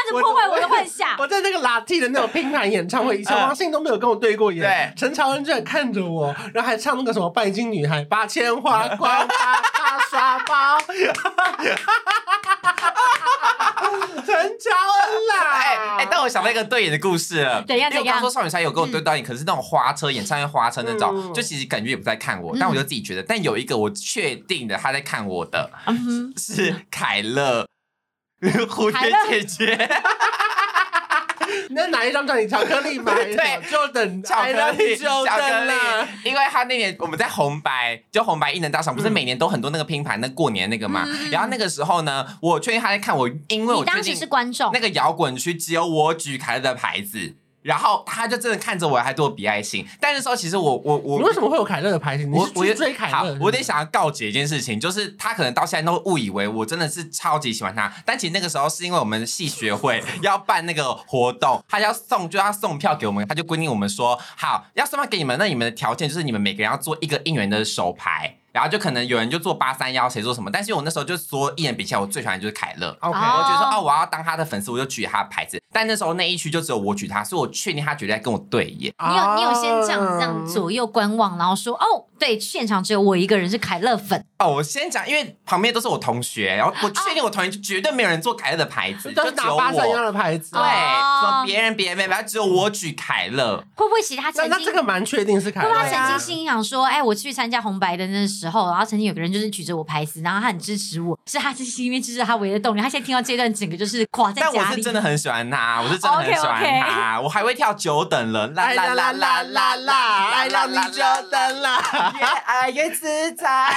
Speaker 3: 子破坏我的幻想。
Speaker 1: 我在那个 l a t 的那种拼盘演唱会，以前
Speaker 2: 啊嗯
Speaker 1: 王信都没有跟我对过眼，
Speaker 2: 对
Speaker 1: 陈乔恩居然看着我，然后还唱那个什么《拜金女孩》，八千花光八大刷包， 陈乔恩啦，
Speaker 2: 哎哎，但我想到一个对眼的故事了。
Speaker 3: 啊怎样
Speaker 2: 因为
Speaker 3: 怎
Speaker 2: 我
Speaker 3: 样
Speaker 2: 刚说少女时代有跟我对到眼，可是那种花车演唱会花车那种，
Speaker 1: 嗯
Speaker 2: 就其实感觉也不在看我
Speaker 3: 嗯，
Speaker 2: 但我就自己觉得，但有一个我确定的他在看我的
Speaker 3: 嗯哼，
Speaker 2: 是凯乐。蝴
Speaker 3: 凯
Speaker 2: 蝶
Speaker 3: 乐
Speaker 2: 姐姐，
Speaker 1: 那哪一张叫你巧克力买的？
Speaker 2: 对
Speaker 1: 就等
Speaker 2: 巧克力，
Speaker 1: 就
Speaker 2: 巧克
Speaker 1: 等啦
Speaker 2: 力。，因为他那年我们在红白，就红白艺能大
Speaker 3: 嗯
Speaker 2: 赏，不是每年都很多那个拼盘，那过年那个嘛。然后那个时候呢，我确定他在看我，因为
Speaker 3: 你
Speaker 2: 我确
Speaker 1: 哦
Speaker 3: 当时是
Speaker 2: 定
Speaker 3: 观众
Speaker 2: 那，个摇滚区只有我举凯乐的牌子，然后他就真的看着我，还对我比爱心。但那时候其实我我我
Speaker 1: 你为什么会有凯乐的排行？你
Speaker 2: 我
Speaker 1: 是
Speaker 2: 我
Speaker 1: 去
Speaker 2: 也
Speaker 1: 追凯
Speaker 2: 好
Speaker 1: 乐的？
Speaker 2: 我得想要告解一件事情，就是他可能到现在都误以为我真的是超级喜欢他，但其实那个时候是因为我们系学会要办那个活动，他要送就要送票给我们，他就规定我们说好要送票给你们，那你们的条件就是你们每个人要做一个应援的手牌。然后就可能有人就做八三幺，谁做什么？但是我那时候就说一眼比起来，我最喜欢的就是凯乐。
Speaker 1: OK，
Speaker 3: 啊
Speaker 2: 我觉得说哦，我要当他的粉丝，我就举他的牌子。但那时候那一区就只有我举他，所以我确定他绝对在跟我对眼。
Speaker 3: 哦你有你有先这样
Speaker 1: 啊
Speaker 3: 这样左右观望，然后说哦，对，现场只有我一个人是凯乐粉，
Speaker 2: 哦，我先讲，因为旁边都是我同学，然后我确定我同学就绝对没有人做凯乐的牌子，
Speaker 1: 都
Speaker 2: 就是只
Speaker 1: 拿
Speaker 2: 有
Speaker 1: 八三幺
Speaker 2: 我。
Speaker 1: 的牌子啊
Speaker 2: 对，。
Speaker 3: 哦
Speaker 2: 什么别人别人没有，只有我举凯乐。
Speaker 3: 会不会其实他曾
Speaker 1: 那那
Speaker 3: 经
Speaker 1: 这个啊蛮确定是凯
Speaker 3: 对
Speaker 1: 乐
Speaker 3: 他
Speaker 1: 的。
Speaker 3: 曾经心里想说，哎，我去参加红白的那时候，然后曾经有个人就是举着我牌子，然后他很支持我，是他是心里面支持他唯一的动力。他现在听到这段，整个就是垮在
Speaker 2: 但我
Speaker 3: 家
Speaker 2: 是
Speaker 3: 里。
Speaker 2: 真的很喜欢他，我是真的很喜欢
Speaker 3: OK，OK
Speaker 2: 他，我还会跳九等了，啦啦啦啦啦啦，
Speaker 1: 爱让你久等啦。
Speaker 2: 越爱越自在。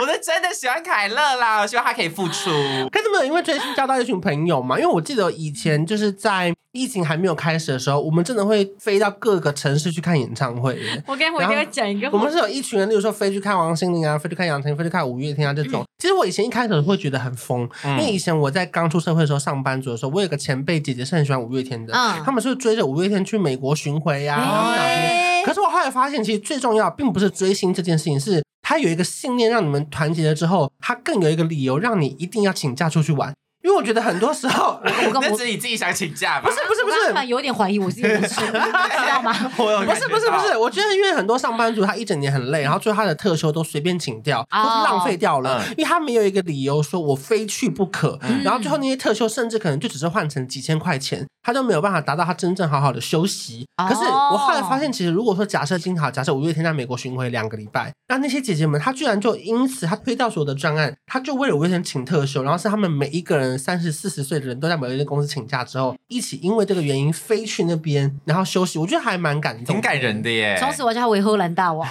Speaker 2: 我是真的喜欢凯乐啦，我希望他可以付出。
Speaker 1: 可是没有，因为追星交到一群朋友嘛。因为我记得以前就是在疫情还没有开始的时候，我们真的会飞到各个城市去看演唱会耶。
Speaker 3: 我跟我
Speaker 1: 然
Speaker 3: 一
Speaker 1: 后
Speaker 3: 定要讲一个，
Speaker 1: 我们是有一群人，例如说飞去看王心凌啊，飞去看杨丞琳，飞去看五月天啊这种。其实我以前一开始会觉得很疯，因
Speaker 2: 嗯
Speaker 1: 为以前我在刚出社会的时候，上班族的时候，我有个前辈姐姐是很喜欢五月天的，
Speaker 3: 嗯
Speaker 1: 他们是追着五月天去美国巡回呀、然后哪边
Speaker 3: 哎
Speaker 1: 可是我后来发现，其实最重要并不是追星这件事情，是他有一个信念让你们团结了之后，他更有一个理由让你一定要请假出去玩。因为我觉得很多时候，
Speaker 3: 我跟
Speaker 2: 那
Speaker 3: 我
Speaker 2: 只是你自己想请假吧
Speaker 1: 不？是不是
Speaker 3: 我
Speaker 1: 不
Speaker 3: 刚
Speaker 1: 是
Speaker 3: 突。然有点怀疑我自己的人生， 你知道吗？
Speaker 2: 我有
Speaker 1: 不
Speaker 2: 感
Speaker 1: 是
Speaker 2: 觉
Speaker 1: 不是不
Speaker 2: 到嗯
Speaker 1: 是，我觉得因为很多上班族他一整年很累，然后最后他的特休都随便请掉，
Speaker 3: 哦
Speaker 1: 都是浪费掉了，
Speaker 2: 嗯
Speaker 1: 因为他没有一个理由说我非去不可，
Speaker 2: 嗯
Speaker 1: 然后最后那些特休甚至可能就只是换成几千块钱，他都没有办法达到他真正好好的休息。
Speaker 3: 哦
Speaker 1: 可是我后来发现，其实如果说假设今天好，假设五月天在美国巡回两个礼拜，那那些姐姐们她居然就因此她推掉所有的专案，她就为了五月天请特休，然后是他们每一个人三十四十岁的人都在某一个公司请假之后，一起因为这个原因飞去那边然后休息，我觉得还蛮感动，
Speaker 2: 挺感人的。耶。
Speaker 3: 从此我叫他为荷兰大王。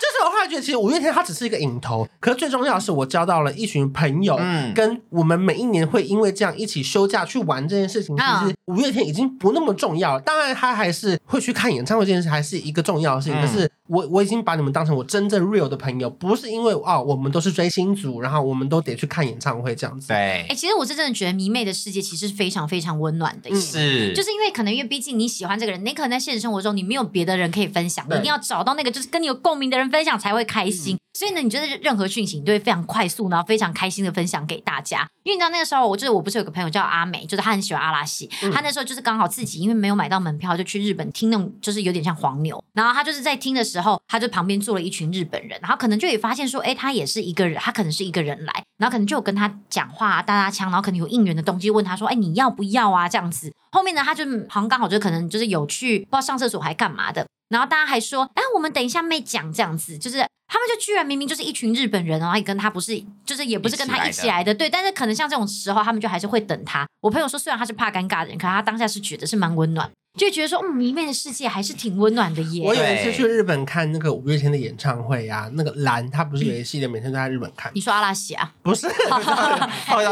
Speaker 1: 就是我后来觉得，其实五月天它只是一个影头，可是最重要的是，我交到了一群朋友，
Speaker 2: 嗯
Speaker 1: 跟我们每一年会因为这样一起休假去玩这件事情，其实
Speaker 3: 嗯
Speaker 1: 五月天已经不那么重要了。当然，他还是会去看演唱会这件事，还是一个重要的事情。
Speaker 2: 嗯
Speaker 1: 可是我我已经把你们当成我真正 real 的朋友，不是因为哦，我们都是追星族，然后我们都得去看演唱会这样子。
Speaker 3: 哎，
Speaker 2: 对，
Speaker 3: 其实我是真的觉得迷妹的世界其实是非常非常温暖的。
Speaker 2: 是
Speaker 3: 就是因为可能因为毕竟你喜欢这个人，你可能在现实生活中你没有别的人可以分享，你
Speaker 1: 对
Speaker 3: 一定要找到那个就是跟你有共鸣的人分享才会开心。所以呢，你就是任何讯息，你都会非常快速，然后非常开心的分享给大家。因为你知道那个时候，我就是我不是有个朋友叫阿美，就是她很喜欢阿拉西，她那时候就是刚好自己因为没有买到门票，就去日本听那种就是有点像黄牛。然后她就是在听的时候，她就旁边坐了一群日本人，然后可能就也发现说，哎，她也是一个人，她可能是一个人来，然后可能就有跟她讲话、啊、搭搭腔，然后可能有应援的东西问她说，哎，你要不要啊？这样子。后面呢，她就好像刚好就可能就是有去不知道上厕所还干嘛的，然后大家还说，哎，我们等一下妹讲这样子，就是他们就居然明明就是一群日本人，然后也跟他不是，就是也不是跟他一
Speaker 2: 一
Speaker 3: 起
Speaker 2: 起
Speaker 3: 来
Speaker 2: 来
Speaker 3: 的，对。但是可能像这种时候，他们就还是会等他。我朋友说，虽然他是怕尴尬的人，可他当下是觉得是蛮温暖，就觉得说，嗯，迷妹的世界还是挺温暖的耶。
Speaker 1: 我有一次
Speaker 2: 对
Speaker 1: 去日本看那个五月天的演唱会啊，那个蓝他不是有一系列每天都在日本看，
Speaker 3: 你说阿拉西啊？
Speaker 1: 不 是？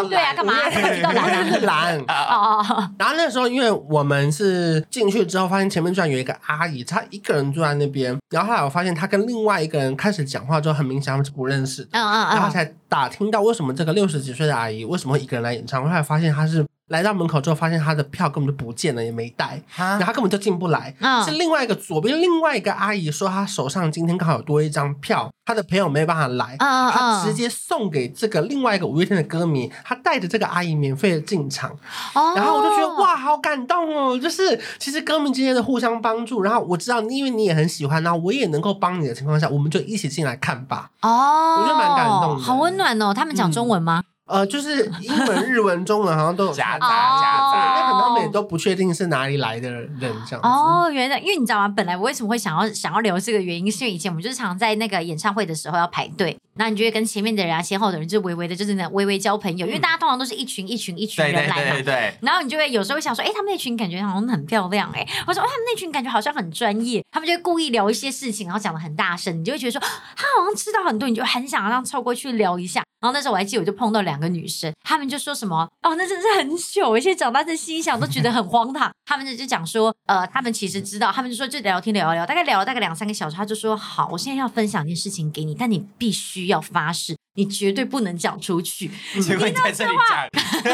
Speaker 3: 对啊，干嘛？怎么知道来
Speaker 1: 蓝蓝，
Speaker 3: 哦哦哦，
Speaker 1: 然后那时候，因为我们是进去之后，发现前面居然有一个阿姨，她一个人坐在那边。然后后来我发现，她跟另外一个人开始讲话之后，很明显他们是不认识的。
Speaker 3: 嗯嗯
Speaker 1: 然后
Speaker 3: 嗯，
Speaker 1: 才打听到为什么这个六十几岁的阿姨为什么会一个人来演唱会。后来发现她是来到门口之后，发现她的票根本就不见了，也没带，
Speaker 2: 哈
Speaker 1: 然后她根本就进不来。
Speaker 3: 啊嗯
Speaker 1: 是另外一个左边另外一个阿姨说，她手上今天刚好有多一张票，她的朋友没办法来，
Speaker 3: 嗯嗯
Speaker 1: 她直
Speaker 3: 嗯，
Speaker 1: 接送给这个另外一个五月天的歌迷，她带着这个阿姨免费的进场。
Speaker 3: 哦
Speaker 1: 然后我就觉得，哇，好感动哦！就是其实歌迷之间的互相帮助，然后我知道，因为你也很喜欢，然后我也能够帮你的情况下，我们就一起进来看吧。
Speaker 3: 哦，
Speaker 1: 我觉得蛮感动的
Speaker 3: 好温暖哦。他们讲中文吗？
Speaker 1: 呃，就是英文、日文、中文好像 都有
Speaker 2: 夹
Speaker 1: 看
Speaker 2: 杂
Speaker 1: 到，
Speaker 2: 夹
Speaker 1: 对
Speaker 2: 杂。
Speaker 1: 那可能他们也都不确定是哪里来的人这样子。
Speaker 3: 哦，原来因为你知道吗？本来我为什么会想要想要聊这个原因，是因为以前我们就是常在那个演唱会的时候要排队，那你就会跟前面的人啊、先后的人，就是微微的，就是那微微交朋友，因为大家通常都是一群一群一群
Speaker 2: 对
Speaker 3: 人
Speaker 2: 对
Speaker 3: 来嘛。
Speaker 2: 对对对，
Speaker 3: 然后你就会有时候会想说，哎、他们那群感觉好像很漂亮、诶哎，我说、哦、他们那群感觉好像很专业，他们就会故意聊一些事情，然后讲的很大声，你就会觉得说啊他好像知道很多，你就很想要让凑过去聊一下。然后那时候我还记得，我就碰到两个女生，她们就说什么哦，那真是很糗，我现在长大在心想都觉得很荒唐。她们就就讲说，呃，她们其实知道，她们就说就聊天聊一聊，大概聊了大概两三个小时，她就说好，我现在要分享一件事情给你，但你必须要发誓，你绝对不能讲出去。
Speaker 2: 结果你在这里 讲，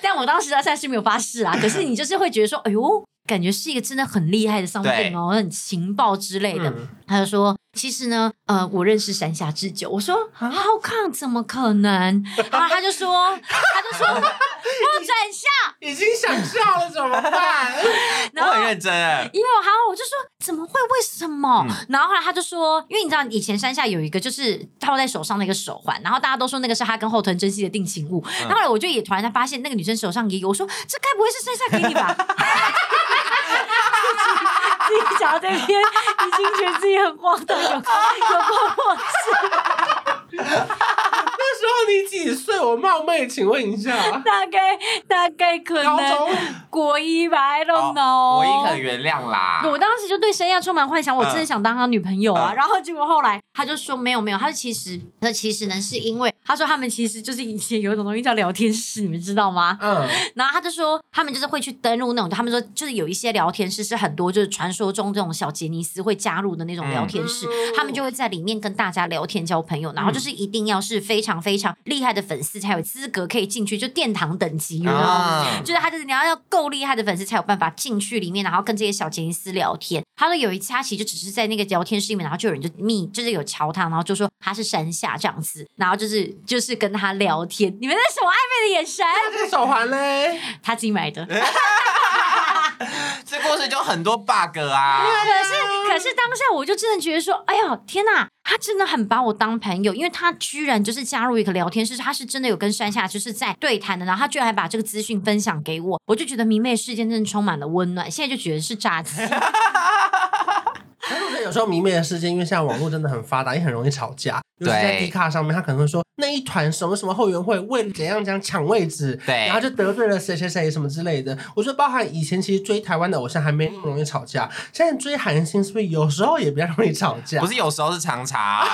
Speaker 3: 但我当时到现在是没有发誓啊，可是你就是会觉得说，哎呦，感觉是一个真的很厉害的商
Speaker 2: 对
Speaker 3: 店哦，很情报之类的。
Speaker 1: 嗯
Speaker 3: 他就说，其实呢，呃，我认识山下智久。我说，浩康怎么可能？然后他就说，他就说，我转向。
Speaker 1: 已经想笑了，怎么 办？
Speaker 2: 我
Speaker 3: 然后
Speaker 2: 很认真哎，
Speaker 3: 因为我还有啊我就说怎么会？为什么？
Speaker 2: 嗯
Speaker 3: 然后后来他就说，因为你知道以前山下有一个就是套在手上的一个手环，然后大家都说那个是他跟后藤真希的定情物。然后后来我就也突然间发现那个女生手上也有，我说这该不会是山下 给你吧？自己讲到这边，已经觉得自己很荒唐，有有过分。
Speaker 1: 那时候你几岁？我冒昧请问一下，
Speaker 3: 大概大概可
Speaker 1: 高
Speaker 3: 能
Speaker 1: 中
Speaker 3: 国一吧，I don't
Speaker 2: 哦
Speaker 3: know。
Speaker 2: 我也很原谅啦。
Speaker 3: 我当时就对山亚充满幻想，我真的想当他女朋友啊。
Speaker 2: 啊嗯
Speaker 3: 然后结果后来他就说没有没有，他说其实那其实呢是因为他说他们其实就是以前有一种东西叫聊天室，你们知道吗？
Speaker 1: 嗯，
Speaker 3: 然后他就说他们就是会去登录那种，他们说就是有一些聊天室是很多就是传说中这种小杰尼斯会加入的那种聊天室，
Speaker 1: 嗯
Speaker 3: 他们就会在里面跟大家聊天交朋友，然后就是一定要是非常非常厉害的粉丝才有资格可以进去，就殿堂等级，你知道吗？
Speaker 2: 啊，
Speaker 3: 就是他就是你要要够厉害的粉丝才有办法进去里面，然后跟这些小杰尼斯聊天。他说有一次他其实就只是在那个聊天室里面，然后就有人就密，就是有瞧他，然后就说他是山下这样子，然后就是就是跟他聊天。你们那什么暧昧的眼神？
Speaker 1: 那这个手环嘞？
Speaker 3: 他自己买的。
Speaker 2: 这故事就很多 bug 啊，
Speaker 3: 可是当下我就真的觉得说，哎呦天呐，他真的很把我当朋友，因为他居然就是加入一个聊天室，他是真的有跟山下就是在对谈的，然后他居然还把这个资讯分享给我，我就觉得迷妹事件真的充满了温暖，现在就觉得是诈欺。
Speaker 1: 可是我觉得有时候迷妹的事件，因为现在网络真的很发达，也很容易吵架。尤其在
Speaker 2: 对
Speaker 1: D 卡上面，他可能会说那一团什么什么后援会为了怎样怎样抢位置，
Speaker 2: 对
Speaker 1: 然后就得罪了谁谁谁什么之类的。我觉得包含以前其实追台湾的偶像还没那么容易吵架，现在追韩星是不是有时候也比较容易吵架？
Speaker 2: 不是有时候是常常。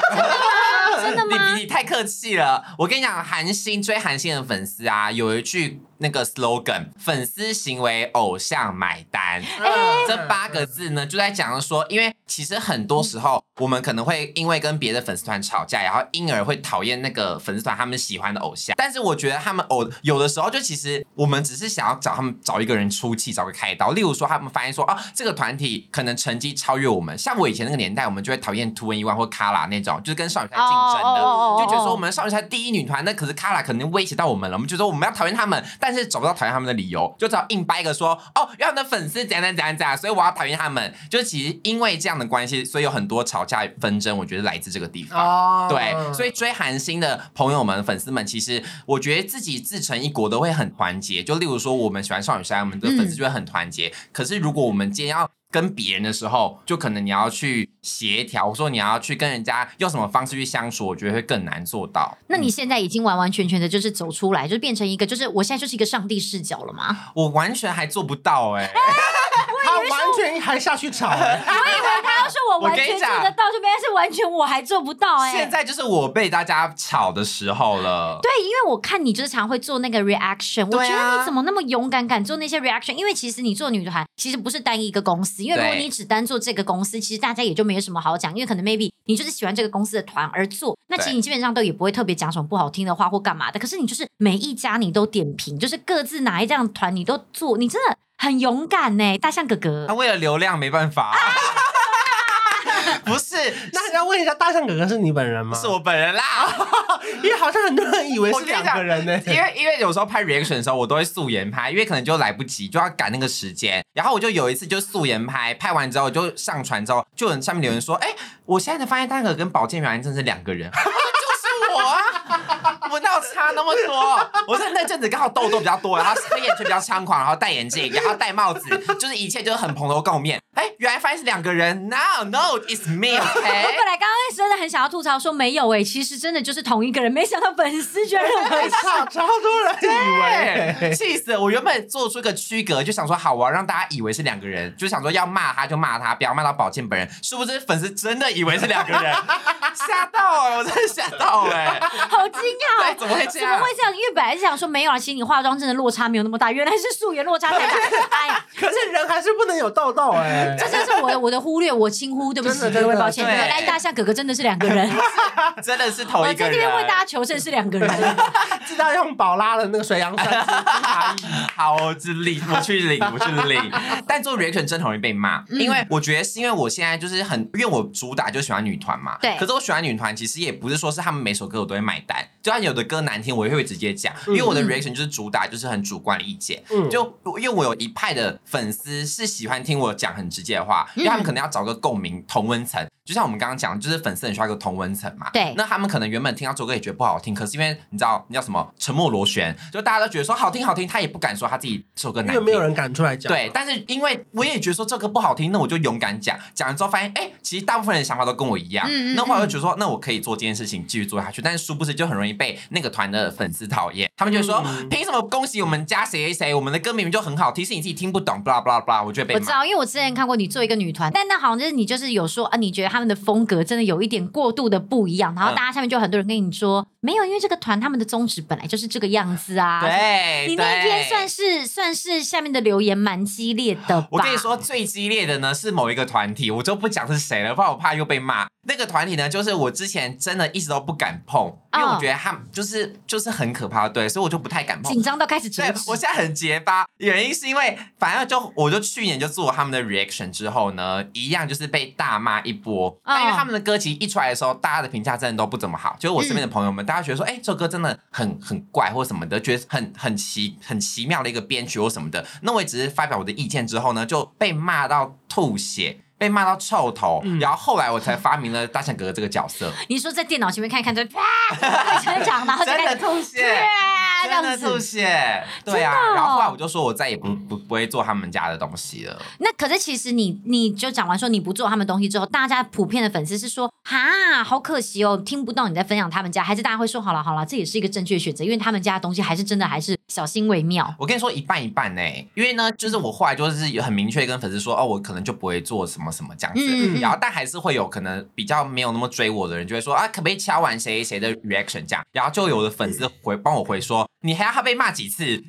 Speaker 3: 真的 吗？
Speaker 2: 你你太客气了。我跟你讲，韩星追韩星的粉丝啊，有一句那个 slogan：粉丝行为，偶像买单。
Speaker 1: 嗯
Speaker 2: 哎这八个字呢，就在讲说，因为其实很多时候我们可能会因为跟别的粉丝团吵架，然后因而会讨厌那个粉丝团他们喜欢的偶像。但是我觉得他们偶有的时候就其实我们只是想要找他们找一个人出气，找个开刀。例如说他们发现说啊，这个团体可能成绩超越我们，像我以前那个年代，我们就会讨厌 Two n One 或 Kara 那种，就是跟少女团竞争的，
Speaker 3: 哦哦哦哦哦
Speaker 2: 就觉得说我们少女团第一女团，那可是 Kara 肯定威胁到我们了，我们就说我们要讨厌他们，但是找不到讨厌他们的理由，就只好硬掰一个说哦，因为他们的粉丝怎样怎样怎样怎样，所以我要讨厌他们。就是其实因为这样的关系，所以有很多吵架纷争，我觉得来自这个地方。
Speaker 1: 哦，
Speaker 2: 对，所以追韩星的朋友们、粉丝们，其实我觉得自己自成一国都会很团结。就例如说，我们喜欢少女时代，我们的粉丝就会很团结。可是如果我们今天要跟别人的时候，就可能你要去协调，说你要去跟人家用什么方式去相处，我觉得会更难做到。
Speaker 3: 那你现在已经完完全全的就是走出来，就变成一个，就是我现在就是一个上帝视角了嘛？
Speaker 2: 我完全还做不到哎、
Speaker 1: 他完全还下去 吵、哎
Speaker 3: 我以为他要说我
Speaker 2: 完全做得
Speaker 3: 到，就原来是完全我还做不到
Speaker 2: 现在就是我被大家吵的时候了。
Speaker 3: 哎对，因为我看你就是常会做那个 reaction，、我
Speaker 2: 对啊
Speaker 3: 觉得你怎么那么勇敢，敢做那些 reaction？因为其实你做女团其实不是单一一个公司，因为如果
Speaker 2: 对
Speaker 3: 你只单做这个公司，其实大家也就没有什么好讲，因为可能 maybe 你就是喜欢这个公司的团而做，那其实
Speaker 2: 对
Speaker 3: 你基本上都也不会特别讲什么不好听的话或干嘛的。可是你就是每一家你都点评，就是各自哪一家团你都做，你真的很勇敢呢、大象哥哥
Speaker 2: 那、。为了流量没办法， 不是，
Speaker 1: 那要问一下，大象哥哥是你本人吗？
Speaker 2: 是我本人啦。
Speaker 1: 因为好像很多人以为
Speaker 2: 我
Speaker 1: 是
Speaker 2: 跟你
Speaker 1: 两
Speaker 2: 讲
Speaker 1: 个人呢、
Speaker 2: 因为因为有时候拍 reaction 的时候，我都会素颜拍，因为可能就来不及，就要赶那个时间。然后我就有一次就素颜拍，拍完之后就上传之后，就有人下面 留言说：“哎、我现在才发现大可跟保健员真的是两个人。”我说就是我啊，闻到差那么多。我是那阵子刚好痘痘比较多，然后黑眼圈比较猖狂，然后戴眼镜，然后戴帽子，就是一切就是很蓬头垢面。哎，原来发现是两个人。No no, it's me.
Speaker 3: 我
Speaker 2: OK
Speaker 3: 本。来刚刚真的很想要吐槽说没有哎、其实真的就是同一个人，没想到粉丝居然认 为
Speaker 1: 超超多人以
Speaker 2: 对，
Speaker 1: 为。
Speaker 2: 气死了！我原本做出一个区隔，就想说好，我要让大家以为是两个人，就想说要骂他就骂他，不要骂到宝剑本人。殊不知粉丝真的以为是两个 人，吓到哎、我真的吓到哎、
Speaker 3: 好惊
Speaker 2: 对，
Speaker 3: 讶、哦。
Speaker 2: 怎么会这
Speaker 3: 怎么
Speaker 2: 样
Speaker 3: 会？这样？因为本来是想说没有啊，其实你化妆真的落差没有那么大，原来是素颜落差太 大。哎，
Speaker 1: 可是人还是不能有痘痘哎、
Speaker 3: 这真是我的我的忽略，我轻忽，对不起
Speaker 1: 真的
Speaker 3: 各位，
Speaker 1: 真的
Speaker 3: 抱歉。
Speaker 2: 对
Speaker 3: 原来大象哥哥真的是两个 人，
Speaker 2: 真的是同
Speaker 3: 我
Speaker 2: 一个
Speaker 3: 在这边为
Speaker 2: 人。
Speaker 3: 大家求证是 两个人。
Speaker 1: 知道用宝拉的那个水杨酸去擦一
Speaker 2: 好，我去领，我去领，我去领。 但做 reaction 真的很容易被骂，
Speaker 3: 嗯
Speaker 2: 因为我觉得是因为我现在就是很，因为我主打就喜欢女团嘛。
Speaker 3: 对
Speaker 2: 可是我喜欢女团，其实也不是说是他们每首歌我都会买单，就算有的歌难听，我也会直接讲，因为我的 reaction 就是主打就是很主观的意见。
Speaker 1: 嗯，
Speaker 2: 就因为我有一派的粉丝是喜欢听我讲很直接的话，因为他
Speaker 1: 嗯
Speaker 2: 们可能要找个共鸣同温层，就像我们刚刚讲，就是粉丝很需要一个同温层嘛。
Speaker 3: 对
Speaker 2: 那他们可能原本听到这首歌也觉得不好听，可是因为你知道，你知道什么沉默螺旋，就大家都觉得说好听好听，他也不敢说他自己这首歌
Speaker 1: 嗯因
Speaker 2: 难
Speaker 1: 为
Speaker 2: 听。
Speaker 1: 没有人敢出来讲。
Speaker 2: 对，但是因为我也觉得说这个不好听，那我就勇敢讲，讲了之后发现，哎、其实大部分人想法都跟我一样。
Speaker 3: 嗯嗯
Speaker 2: 那后来我就觉得说，那我可以做这件事情继续做下去，但是殊不知就很容易被那个团的粉丝讨厌，他们就说，凭、什么恭喜我们家谁谁谁，我们的歌明明就很好听，是你自己听不懂，blah blah blah，我就会被
Speaker 3: 我知
Speaker 2: 骂。
Speaker 3: 道，因为我之前看过你做一个女团，但那好像就是你就是有说啊，你觉得他们的风格真的有一点过度的不一样，然后
Speaker 2: 嗯
Speaker 3: 大家下面就有很多人跟你说、没有，因为这个团他们的宗旨本来就是这个样子啊。
Speaker 2: 对，
Speaker 3: 你那一天
Speaker 2: 对
Speaker 3: 算是算是下面的留言蛮激烈的吧？
Speaker 2: 我跟你，说，最激烈的呢是某一个团体，我就不讲是谁了，不然我怕又被骂。那个团体呢，就是我之前真的一直都不敢碰，因为我
Speaker 3: 哦
Speaker 2: 觉得他们就是就是很可怕，对，所以我就不太敢碰。
Speaker 3: 紧张到开始折
Speaker 2: 对
Speaker 3: 纸
Speaker 2: 我现在很结巴，原因是因为反正就我就去年就做他们的 reaction 之后呢，一样就是被大骂一波。但因为他们的歌其实一出来的时候，大家的评价真的都不怎么好，就是我身边的朋友们，大家觉得说，哎、这首歌真的很很怪或什么的，觉得很很奇很奇妙的一个编曲或什么的。那我也只是发表我的意见之后呢，就被骂到吐血。被骂到臭头，然后后来我才发明了大象哥哥这个角色，
Speaker 3: 你说在电脑前面看一看，就 啪，成长，然后就
Speaker 2: 真
Speaker 3: 开
Speaker 2: 的
Speaker 3: 始
Speaker 2: 吐血，
Speaker 3: 啪这
Speaker 2: 真
Speaker 3: 样
Speaker 2: 的吐
Speaker 3: 子。
Speaker 2: 血，对啊。
Speaker 3: 真的哦
Speaker 2: 然后后来我就说，我再也不不不会做他们家的东西了。
Speaker 3: 那可是其实你你就讲完说你不做他们东西之后，大家普遍的粉丝是说哈，好可惜哦，听不到你在分享他们家，还是大家会说好了好了，这也是一个正确的选择，因为他们家的东西还是真的还是小心为妙。
Speaker 2: 我跟你说一半一半呢、因为呢，就是我后来就是有很明确地跟粉丝说，哦，我可能就不会做什么什么这样子。
Speaker 3: 嗯嗯嗯
Speaker 2: 然后但还是会有可能比较没有那么追我的人，就会说啊，可不可以敲完谁谁的 reaction 这样？然后就有的粉丝回帮我回说，你还要他被骂几 次？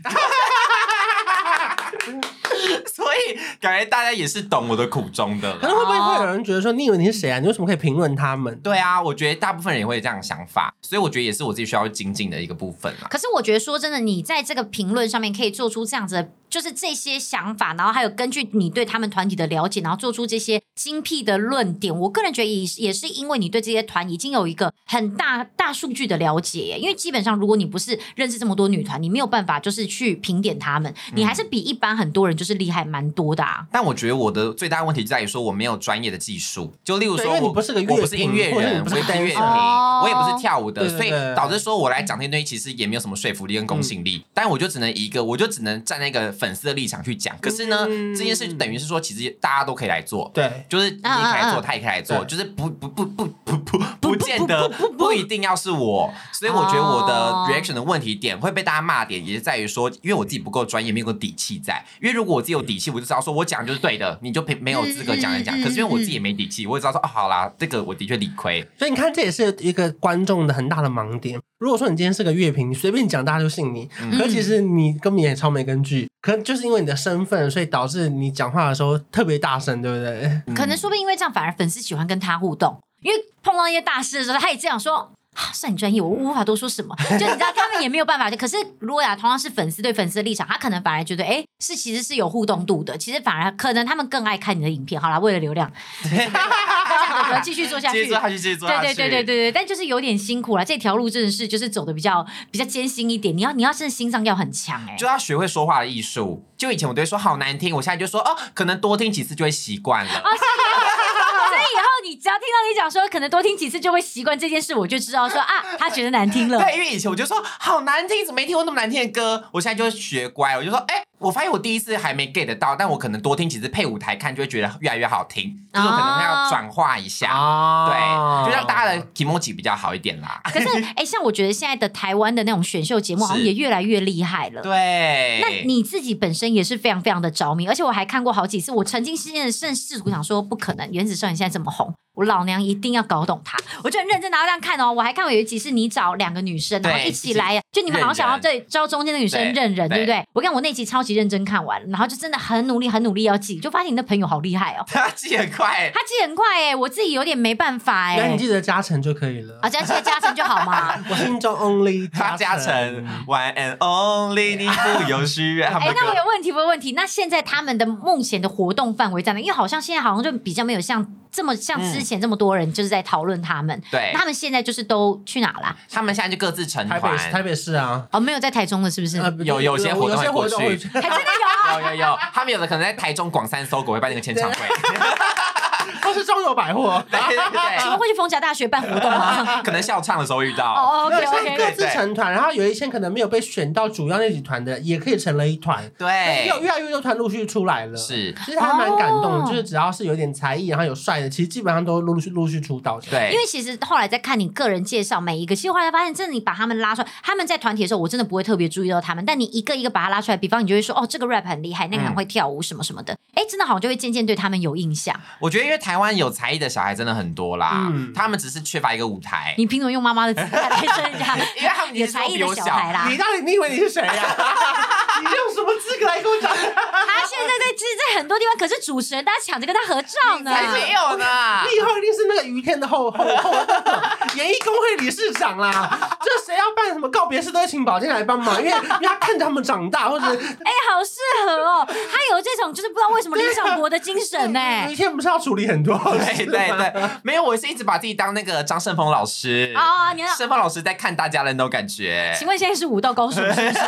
Speaker 2: 所以感觉大家也是懂我的苦衷的啦
Speaker 1: 可能会不会会有人觉得说，你以为你是谁啊？你为什么可以评论他们？
Speaker 2: 对啊，我觉得大部分人也会有这样的想法，所以我觉得也是我自己需要精进的一个部分啦。
Speaker 3: 可是我觉得说真的，你在这个评论上面可以做出这样子的，就是这些想法，然后还有根据你对他们团体的了解，然后做出这些精辟的论点。我个人觉得也是也是因为你对这些团已经有一个很大大数据的了解耶，因为基本上如果你不是认识这么多女团，你没有办法就是去评点他们，你还是比一般很多人就是厉害蛮多的啊。
Speaker 2: 但我觉得我的最大问题就在于说我没有专业的技术，就例如
Speaker 1: 对
Speaker 2: 说
Speaker 1: 因为
Speaker 2: 我
Speaker 1: 你不是个乐
Speaker 2: 我不是音乐
Speaker 1: 评或者
Speaker 2: 人，
Speaker 1: 你不
Speaker 2: 我
Speaker 1: 是
Speaker 2: 也不是乐
Speaker 1: dancer
Speaker 2: 评，
Speaker 3: 哦
Speaker 2: 我也不是跳舞的，
Speaker 1: 对对
Speaker 2: 所以
Speaker 1: 对嗯
Speaker 2: 导致说我来讲这些东西其实也没有什么说服力跟公信力。但我就只能一个，我就只能站在一个粉丝的立场去讲。可是呢，
Speaker 1: 嗯
Speaker 2: 这件事等于是说，其实大家都可以来做。
Speaker 1: 对，
Speaker 2: 就是你可以来做，
Speaker 3: 嗯嗯嗯
Speaker 2: 他也可以来做，
Speaker 1: 对
Speaker 2: 就是不不不不不不不见得不一定要是我，所以我觉得我的
Speaker 3: 哦
Speaker 2: reaction 的问题点会被大家骂点，也是在于说，因为我自己不够专业，没有个底气在。因为如果我自己有底气，我就知道说我讲就是对的，你就没没有资格讲一讲。
Speaker 3: 嗯嗯嗯
Speaker 2: 可是因为我自己也没底气，我也知道说，哦，好啦，这个我的确理亏。
Speaker 1: 所以你看，这也是一个观众的很大的盲点。如果说你今天是个乐评，你随便讲大家就信你，
Speaker 2: 嗯
Speaker 1: 可其实你根本也超没根据。可能就是因为你的身份，所以导致你讲话的时候特别大声，对不 对？
Speaker 3: 可能说不定因为这样，反而粉丝喜欢跟他互动，因为碰到一些大师的时候，他也这样说。啊，算你专业，我无法多说什么。就你知道，他们也没有办法。可是如果呀，啊同样是粉丝对粉丝的立场，他可能反而觉得，哎、是其实是有互动度的。其实反而可能他们更爱看你的影片。好啦，为了流 量，大家继续做下
Speaker 2: 接
Speaker 3: 去。
Speaker 2: 着下去，接着
Speaker 3: 对
Speaker 2: 下
Speaker 3: 对
Speaker 2: 去，
Speaker 3: 对对对对，但就是有点辛苦了。这条路真的是就是走的比较比较艰辛一点。你要你要真的心脏要很强哎、
Speaker 2: 就要学会说话的艺术。就以前我都会说好难听，我现在就说哦，可能多听几次就会习惯了。
Speaker 3: 所以以后你你只要听到你讲说，可能多听几次就会习惯这件事，我就知道说啊，他觉得难听了。
Speaker 2: 对，因为以前我就说好难听，怎么没听过那么难听的歌？我现在就学乖，我就说，哎、我发现我第一次还没 get 到，但我可能多听几次配舞台看，就会觉得越来越好听，就是我可能要转化一下，
Speaker 1: 哦
Speaker 6: 啊
Speaker 2: 对，就让大家的 emoji 比较好一点啦。
Speaker 3: 可是，哎、像我觉得现在的台湾的那种选秀节目，好像
Speaker 2: 是
Speaker 3: 也越来越厉害了。
Speaker 2: 对，
Speaker 3: 那你自己本身也是非常非常的着迷，而且我还看过好几次。我曾经现在甚至试图想说，不可能，原子少年现在这么红，我老娘一定要搞懂他。我就很认真拿这样看哦。我还看过有一集是你找两个女生，
Speaker 2: 对
Speaker 3: 然后一起来，就你们好像想要对招中间的女生
Speaker 2: 对
Speaker 3: 认人，对
Speaker 2: 对
Speaker 3: 不对？我看我那集超级认真看完，然后就真的很努力，很努力要记，就发现你的朋友好厉害哦，
Speaker 2: 他记得快，
Speaker 3: 他记很快哎、我自己有点没办法哎、
Speaker 1: 那你记得加成就可以了。
Speaker 3: 啊，只要记得加成就好嘛。
Speaker 1: 我心中 only
Speaker 2: 他 加成
Speaker 1: 成
Speaker 2: one and only，你不有虚愿。他
Speaker 3: 哎、
Speaker 2: 们
Speaker 3: 那我
Speaker 2: 歌
Speaker 3: 有问题，我有问题。那现在他们的目前的活动范围在哪？因为好像现在好像就比较没有像这么像之前这么多人就是在讨论他们。
Speaker 2: 对
Speaker 3: 那他们现在就是都去哪啦？
Speaker 2: 他们现在就各自成
Speaker 1: 台北台
Speaker 2: 团，
Speaker 1: 北市啊，
Speaker 3: 哦，没有在台中了，是不是？
Speaker 1: 呃
Speaker 2: 嗯有有些活
Speaker 1: 有
Speaker 2: 动
Speaker 1: 些
Speaker 2: 会
Speaker 1: 活
Speaker 2: 过
Speaker 1: 动会去，，
Speaker 2: 去
Speaker 3: 还真的有。啊
Speaker 2: 哦有有有，他们有的可能在台中、广三、搜狗会办那个签唱会，
Speaker 1: 都是中友 百货。
Speaker 2: 对对
Speaker 3: 请
Speaker 2: 对
Speaker 3: 问会去逢甲大学办活 动吗？
Speaker 2: 对，可能校唱的时候遇到。
Speaker 3: 哦
Speaker 1: 没
Speaker 3: ，OK
Speaker 1: 有所以
Speaker 3: OK，
Speaker 1: 各自成团，然后有一些可能没有被选到主要那几团的，也可以成了一团。
Speaker 2: 对，
Speaker 1: 有越来越多团陆续出来了，
Speaker 2: 是
Speaker 1: 其实还蛮感动
Speaker 3: 哦
Speaker 1: 的，就是只要是有点才艺，然后有帅的，其实基本上都陆续陆续出道。，
Speaker 2: 对，
Speaker 3: 因为其实后来在看你个人介绍每一个，其实后来发现，真的你把他们拉出来，他们在团体的时候，我真的不会特别注意到他们，但你一个一个把他拉出来，比方你就会说，哦，这个 rap 很厉害，那个人
Speaker 2: 嗯
Speaker 3: 会跳舞什么什么的，哎、真的好像就会渐渐对他们有印象。
Speaker 2: 我觉得因为台湾有才艺的小孩真的很多啦，
Speaker 1: 嗯
Speaker 2: 他们只是缺乏一个舞台，
Speaker 3: 你凭什么用妈妈的姿态来说 人家
Speaker 2: 因为他们
Speaker 3: 有
Speaker 2: 年纪
Speaker 3: 才
Speaker 2: 都
Speaker 3: 艺
Speaker 2: 比
Speaker 3: 的
Speaker 2: 我
Speaker 3: 小
Speaker 2: 小
Speaker 3: 孩啦？
Speaker 1: 你到底你以为你是谁呀？ 你用什么资格来跟我讲？
Speaker 3: 他现在在其实在很多地方，可是主持人大家抢着跟他合照呢。
Speaker 2: 才没有 呢。
Speaker 1: 你以后一定是那个于天的后后后 演艺工会理事长啦。这谁要办什么告别式都会请宝剑来帮忙，因为因为他看着他们长大，或者
Speaker 3: 哎、好适合哦，他有这种就是不知道为什么李小博的精神呢、
Speaker 1: 于天不是要处理很多
Speaker 2: 对
Speaker 1: 事
Speaker 2: 对
Speaker 1: 吗
Speaker 2: 对，没有，我是一直把自己当那个张胜峰老师。
Speaker 3: 啊、你看，
Speaker 2: 盛峰老师在看大家的那种感觉，
Speaker 3: 请问现在是武道高手是 不是？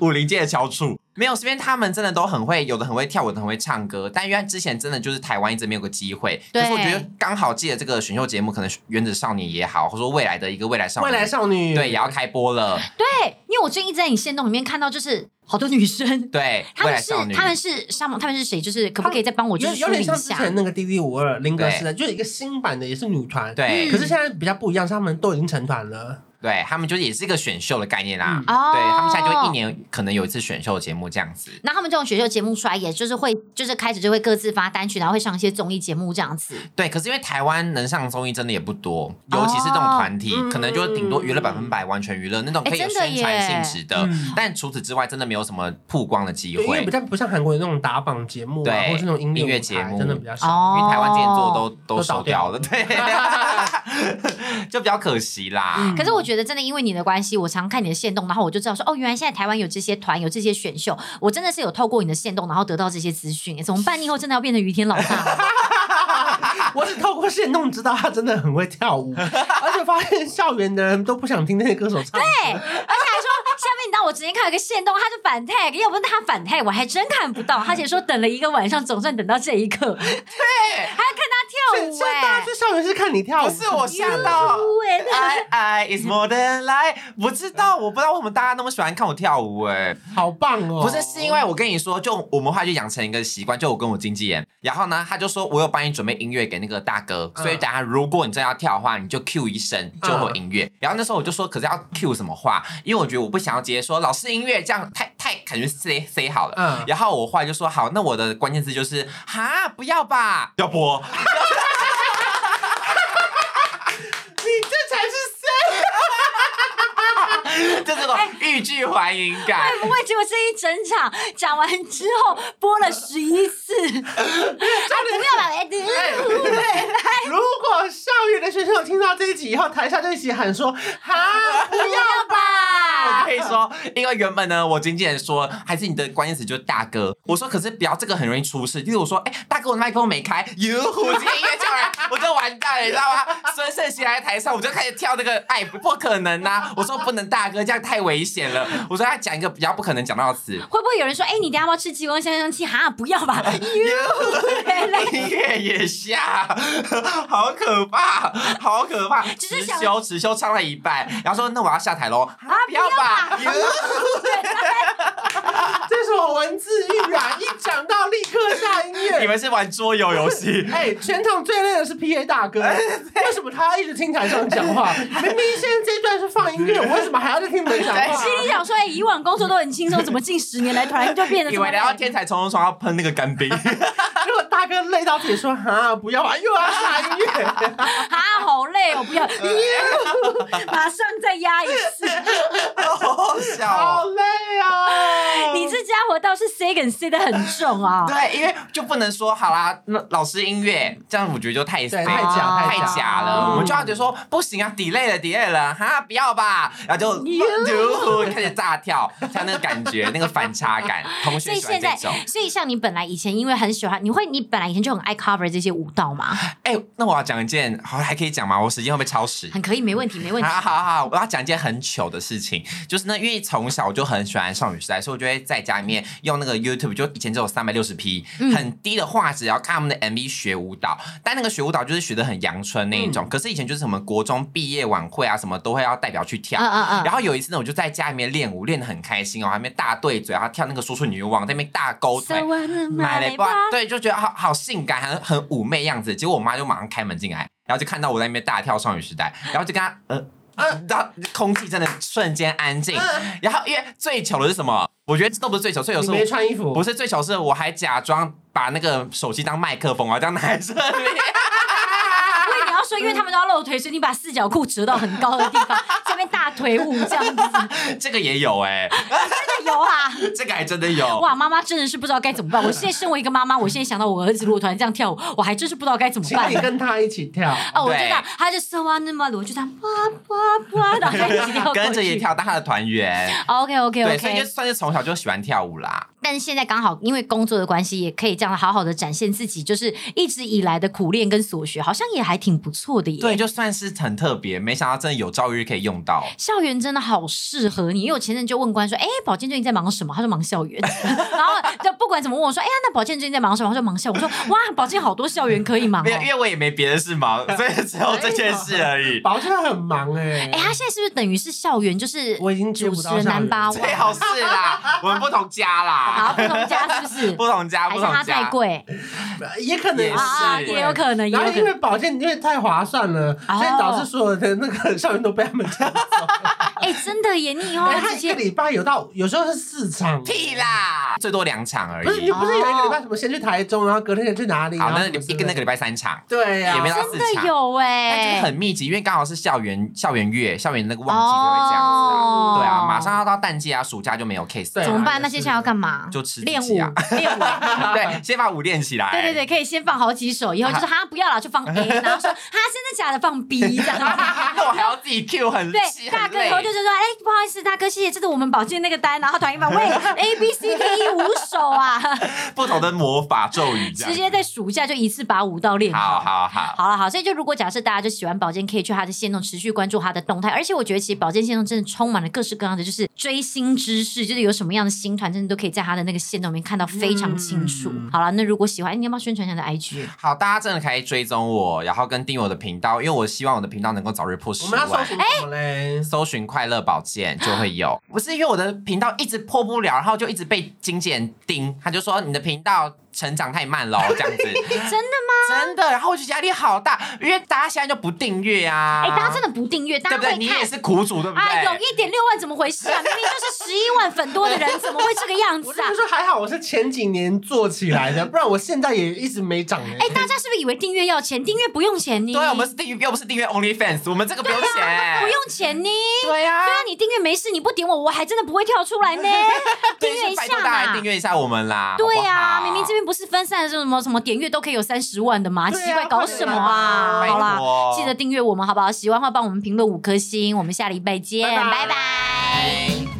Speaker 2: 武林界的翘楚没有，是因为他们真的都很会，有的很会跳舞，有的很会唱歌。但因为之前真的就是台湾一直没有个机会，
Speaker 3: 对
Speaker 2: 可是我觉得刚好借这个选秀节目，可能《原子少年》也好，或者说未来的一个未来少
Speaker 1: 未
Speaker 2: 年，
Speaker 1: 来少女
Speaker 2: 对也要开播了，
Speaker 3: 对，因为我最近一直在你线动里面看到，就是好多女生，
Speaker 2: 对
Speaker 3: 他
Speaker 2: 未
Speaker 3: 们
Speaker 2: 来
Speaker 3: 是
Speaker 2: 少女，
Speaker 3: 他们是上他们是谁？就是可不可以再帮我就
Speaker 1: 有
Speaker 3: 是
Speaker 1: 有
Speaker 3: 梳理
Speaker 1: 点
Speaker 3: 一
Speaker 1: 像之
Speaker 3: 下？
Speaker 1: 前那个 D D 五二林格时代，就是一个新版的，也是女团。
Speaker 2: 对
Speaker 3: 嗯
Speaker 1: 可是现在比较不一样，是他们都已经成团了。
Speaker 2: 对他们就是也是一个选秀的概念啦、
Speaker 1: 嗯
Speaker 3: 哦
Speaker 2: 对他们现在就一年可能有一次选秀节目这样子。
Speaker 3: 那他们这种选秀节目出来，也就是会就是开始就会各自发单曲，然后会上一些综艺节目这样子。
Speaker 2: 对，可是因为台湾能上综艺真的也不多，尤其是这种团体，可能就顶多娱乐百分百、完全娱乐那种
Speaker 3: 哦嗯哎
Speaker 2: 可以有
Speaker 3: 真的
Speaker 2: 宣传
Speaker 3: 耶
Speaker 2: 性质的，
Speaker 1: 嗯
Speaker 2: 但除此之外真的没有什么曝光的机
Speaker 1: 对，因为
Speaker 2: 会
Speaker 1: 比。较不像韩国的那种打榜节目啊，
Speaker 2: 对
Speaker 1: 或是那种音
Speaker 2: 音乐
Speaker 1: 舞台
Speaker 2: 节目
Speaker 1: 真的比较少。
Speaker 3: 哦
Speaker 2: 因为台湾之前做的都都
Speaker 1: 哦都
Speaker 2: 收
Speaker 1: 倒
Speaker 2: 掉
Speaker 1: 掉
Speaker 2: 了，
Speaker 1: 了
Speaker 2: 对，就比较可惜啦。
Speaker 1: 嗯
Speaker 3: 可是我觉得真的因为你的关系，我常看你的线动，然后我就知道说，哦，原来现在台湾有这些团，有这些选秀，我真的是有透过你的线动，然后得到这些资讯。怎么办？你以后真的要变成于天老大了？
Speaker 1: 我只透过线动知道他真的很会跳舞，而且发现校园的人都不想听那些歌手唱。
Speaker 3: 对，而且还说下面你知道我直接看到一个线动，他就反 tag，要不是他反 tag，我还真看不到。他姐说等了一个晚上，总算等到这一刻，对，还要看他跳
Speaker 1: 现
Speaker 3: 舞
Speaker 1: 在大
Speaker 3: 哎、
Speaker 1: 家去校哦园是看你跳舞，
Speaker 2: 不是我吓到
Speaker 3: 舞哎
Speaker 2: ，I I is more than life，不知道我不知道为什么大家那么喜欢看我跳舞哎、
Speaker 1: 好棒哦！
Speaker 2: 不是，是因为我跟你说，就我们后来就养成一个习惯，就我跟我经纪人，然后呢，他就说我有帮你准备音乐给那个大哥，
Speaker 1: 嗯
Speaker 2: 所以等下如果你真的要跳的话，你就 Q 一声就会有音乐。然后那时候我就说，可是要 Q 什么话？因为我觉得我不想要直接说老师音乐，这样太太感觉 C C 好了。
Speaker 1: 嗯
Speaker 2: 然后我后来就说好，那我的关键字就是哈，不 要吧，要播。
Speaker 1: 你这才是
Speaker 2: 就 这种欲拒还迎感。
Speaker 3: 会不会结果这一整场讲完之后播了十一次？哎，不要了，哎，
Speaker 1: 如果校园的学生有听到这一集以后，台下就一起喊说：“ 哈，不
Speaker 3: 不
Speaker 1: 要
Speaker 3: 要吧
Speaker 2: 我！可以说，因为原本呢，我经纪人说还是你的关键词就是大哥，我说可是不要这个很容易出事。例如我说，哎、大大哥，我的麦克风没开，哟，我今天音乐叫人，我就完蛋了，你知道吗？孙盛熙来台上，我就开始跳那个，哎，不可能呐、我说不能，大哥，这样太危险了。我说他讲一个比较不可能讲到的词，
Speaker 3: 会不会有人说，哎、你等一下要不要吃激光香香气？哈，不要哎吧， 哟，
Speaker 2: 音乐也下，好可怕，好可怕！
Speaker 3: 只是
Speaker 2: 持
Speaker 3: 想
Speaker 2: 修持修唱了一半，然后说那我要下台喽，啊不要吧，哟
Speaker 1: 这是我文字狱啊！一讲到立刻下音乐。。
Speaker 2: 你们是玩桌游游 戏
Speaker 1: 哎，全场最累的是 P A 大哥，
Speaker 2: 哎
Speaker 1: 为什么他要一直听台上讲话？明明现在这一段是放 音乐，我为什么还要再听你们讲话？
Speaker 3: 心里想说，哎、以往工作都很轻松，怎么近十年来突然就变得
Speaker 2: 以
Speaker 3: 这么
Speaker 2: 为聊到
Speaker 3: 累
Speaker 2: 天才冲冲冲要喷那个干冰，
Speaker 1: 如果大哥累到自己说哈不要啊，又要下音乐，
Speaker 3: 啊，好累哦，不要，马上再压一次。
Speaker 2: 好笑
Speaker 1: 好
Speaker 2: 哦。
Speaker 1: 累啊！
Speaker 3: 你这家伙倒是塞梗塞的很重啊！
Speaker 2: 对，因为就不能说好啦，那老师音乐这样，我觉得就太
Speaker 1: 对
Speaker 2: fake
Speaker 1: 太假
Speaker 2: 太
Speaker 1: 太假
Speaker 2: 假了。
Speaker 3: 嗯
Speaker 2: 我们就要觉得说不行啊，delay 了，delay 了，哈，不要吧，然后就就开始炸跳，才有那个感觉，那个反差感。同学
Speaker 3: 所以
Speaker 2: 喜
Speaker 3: 现
Speaker 2: 欢这
Speaker 3: 在，
Speaker 2: 种。
Speaker 3: 所以像你本来以前因为很喜欢，你会你本来以前就很爱 cover 这些舞蹈嘛，
Speaker 2: 哎、那我要讲一件，好还可以讲吗？我时间会不会超时？
Speaker 3: 很可以，没问题，没问题。
Speaker 2: 好好好，我要讲一件很糗的事情，就是呢，因为从小我就很喜欢少女时代，所以我就会在家里面用那个 YouTube，就以前只有三百六十 P，很
Speaker 3: 嗯
Speaker 2: 低的画质，然后看他们的 MV 学舞蹈，但那个学舞蹈就是学的很阳春那一
Speaker 3: 嗯
Speaker 2: 种。可是以前就是什么国中毕业晚会啊，什么都会要代表去跳。
Speaker 3: 嗯嗯
Speaker 2: 然后有一次呢，我就在家里面练舞，练得很开心哦，还没大对嘴，然后跳那个说出你愿望，在那边大勾
Speaker 3: 嗯，
Speaker 2: 腿，
Speaker 3: 完
Speaker 2: 买了一包，啊
Speaker 3: 啊
Speaker 2: 对，就觉得好好性感，很很妩媚样子。结果我妈就马上开门进来，然后就看到我在那边大跳少女时代，然后就跟她呃。呃，然后空气真的瞬间安静。然后因为最糗的是什么？我觉得这都不是最糗，最糗
Speaker 1: 你
Speaker 2: 是
Speaker 1: 没
Speaker 2: 我
Speaker 1: 穿衣服，
Speaker 2: 不是最糗是我还假装把那个手机当麦克风啊，这样拿在这里。
Speaker 3: 因为你要说，因为他们都要露腿，所以你把四角裤折到很高的地方，这边大腿舞这样子，
Speaker 2: 这个也有哎、
Speaker 3: 真的有啊！
Speaker 2: 这个还真的有。
Speaker 3: 哇，妈妈真的是不知道该怎么办。我现在身为一个妈妈，我现在想到我儿子如果突然这样跳舞，我还真是不知道该怎么
Speaker 1: 请
Speaker 3: 办
Speaker 1: 你。跟他一起跳。
Speaker 3: 哦，我
Speaker 2: 对
Speaker 3: 知道，他就说哇那么我就这样哇哇哇，然后 就一起跳过去，
Speaker 2: 跟着也。跳，当她的团员。
Speaker 3: OK OK
Speaker 2: 对，所以就
Speaker 3: OK，
Speaker 2: 算是从小就喜欢跳舞啦。
Speaker 3: 但是现在刚好因为工作的关系，也可以这样好好的展现自己，就是一直以来的苦练跟所学，好像也还挺不错的耶。
Speaker 2: 对，就算是很特别，没想到真的有朝一日可以用到。
Speaker 3: 校园真的好适合你，因为我前阵就问官说：“哎、保健最近在忙什么？”他说：“忙校园。” 然后就不管怎么问我说：“哎、呀，那保健最近在忙什么？”他说：“忙校。”我说：“哇，保健好多校园可以忙、哦。”
Speaker 2: 没有，因为
Speaker 3: 哎、
Speaker 2: 我也没别的事 忙，所以只有这件事而已。
Speaker 1: 宝真的很忙哎，
Speaker 3: 他现在是不是等于是校园？就是
Speaker 1: 我已经接
Speaker 3: 主
Speaker 1: 不
Speaker 3: 持
Speaker 1: 到
Speaker 3: 人
Speaker 1: 校
Speaker 3: 男
Speaker 1: 园
Speaker 3: 八
Speaker 2: 最
Speaker 3: 万，
Speaker 2: 好是 啦，我们不同家
Speaker 3: 好
Speaker 2: 啦，
Speaker 3: 不同家是 不是？
Speaker 2: 不同家，
Speaker 3: 还
Speaker 2: 不
Speaker 3: 是
Speaker 2: 同
Speaker 3: 他太
Speaker 2: 家。
Speaker 3: 贵
Speaker 1: 也可能
Speaker 2: 也
Speaker 3: 啊啊？
Speaker 2: 是
Speaker 3: 也有可能，也
Speaker 1: 然
Speaker 3: 有
Speaker 1: 后
Speaker 3: 可
Speaker 1: 因为
Speaker 3: 能。哦
Speaker 1: 保健因为太划算了，所以导致所有的那个校园都被他们抢走。
Speaker 3: 哎、真的耶，你以后
Speaker 1: 哎，他
Speaker 3: 直
Speaker 1: 一个
Speaker 3: 接
Speaker 1: 礼拜有到，有时候是四场。
Speaker 2: 屁啦，最多两场而
Speaker 1: 不是你
Speaker 2: 已。
Speaker 1: 不是有一个礼
Speaker 3: 哦
Speaker 1: 拜什么先去台中，然后隔天先去哪里？
Speaker 2: 好，
Speaker 1: 然后
Speaker 2: 那
Speaker 1: 什么之
Speaker 2: 一
Speaker 1: 类
Speaker 2: 个
Speaker 1: 的
Speaker 2: 那个礼拜三场，
Speaker 1: 对啊呀
Speaker 2: 也没，到
Speaker 3: 真
Speaker 2: 四
Speaker 3: 的
Speaker 2: 场。
Speaker 3: 有
Speaker 2: 但就
Speaker 3: 哎、
Speaker 2: 是很密集，因为刚好是校园校园月，校园那个旺季才会这样子啊。
Speaker 3: 哦
Speaker 2: 对啊，马上要到淡季啊，暑假就没有 case
Speaker 1: 对啊
Speaker 3: 怎么
Speaker 2: 了。
Speaker 3: 办？那接下来要干嘛？
Speaker 2: 就吃
Speaker 3: 练
Speaker 2: 自
Speaker 3: 舞
Speaker 2: 己啊，
Speaker 3: 练舞。
Speaker 2: 对，先把舞练起来。
Speaker 3: 对对对，可以先放好几首，以
Speaker 2: 啊
Speaker 3: 后就是哈不要了，就放 A，然后说哈真的假的放 B 这 样。
Speaker 2: 那我还要自己 Q 很
Speaker 3: 对，大哥以后就是是说，哎、不好意思，大哥，谢谢，这是我们保健那个单，然后团一版喂 A B C D E 五 首啊，
Speaker 2: 不同的魔法咒语这样。
Speaker 3: 直接在暑假就一次把舞蹈练
Speaker 2: 好好好，
Speaker 3: 好了好，所以就如果假设大家就喜欢宝剑，可以去他的线动持续关注他的动态，而且我觉得其实宝剑线动真的充满了各式各样的就是追星知识，就是有什么样的新团，真的都可以在他的那个线动里面看到非常清楚。好了，那如果喜欢，你要不要宣传一下你的 IG？
Speaker 2: 好，大家真的可以追踪我，然后跟订阅我的频道，因为我希望我的频道能够早日破
Speaker 1: 我
Speaker 2: 十
Speaker 1: 们要搜
Speaker 2: 万。
Speaker 1: 寻什么
Speaker 3: 哎
Speaker 1: 嘞？
Speaker 2: 搜寻快乐保健就会有，不是因为我的频道一直破不了，然后就一直被经纪人盯，他就说你的频道成长太慢了，这样子，
Speaker 3: 真的吗？
Speaker 2: 真的，然后我就压力好大，因为大家现在就不订阅啊，
Speaker 3: 哎、大家真的不订阅，大哎
Speaker 2: 对不
Speaker 3: 家会看。
Speaker 2: 对？你也是苦主，对不对？
Speaker 3: 哎呦，一点六万怎么回事啊？明明就是十一万粉多的人，怎么会这个样
Speaker 1: 我
Speaker 3: 子
Speaker 1: 就
Speaker 3: 啊？
Speaker 1: 说还好我是前几年做起来的，不然我现在也一直没长哎
Speaker 3: 哎、。大家是不是以为订阅要钱？订阅不用钱呢？
Speaker 2: 对，啊我们是订阅，又不是订阅 OnlyFans，我们这个不用钱，
Speaker 3: 啊不用钱呢。
Speaker 2: 对呀、啊
Speaker 3: 对啊，你订阅没事，你不点我，我还真的不会跳出 来呢。订阅一
Speaker 2: 拜托
Speaker 3: 下
Speaker 2: 大家来订
Speaker 3: 嘛。
Speaker 2: 阅一下我们啦，
Speaker 3: 对呀、
Speaker 2: 好不好
Speaker 3: 明明这边不是分散的什么什么点阅都可以有三十万的嘛，
Speaker 1: 对啊
Speaker 3: 奇怪，搞什么啊？
Speaker 1: 快
Speaker 2: 点
Speaker 3: 好
Speaker 2: 啦
Speaker 3: 啦
Speaker 2: 拜托，
Speaker 3: 记得订阅我们好不好？喜欢的话帮我们评论五颗星，我们下礼拜见，
Speaker 1: 拜拜
Speaker 3: 拜拜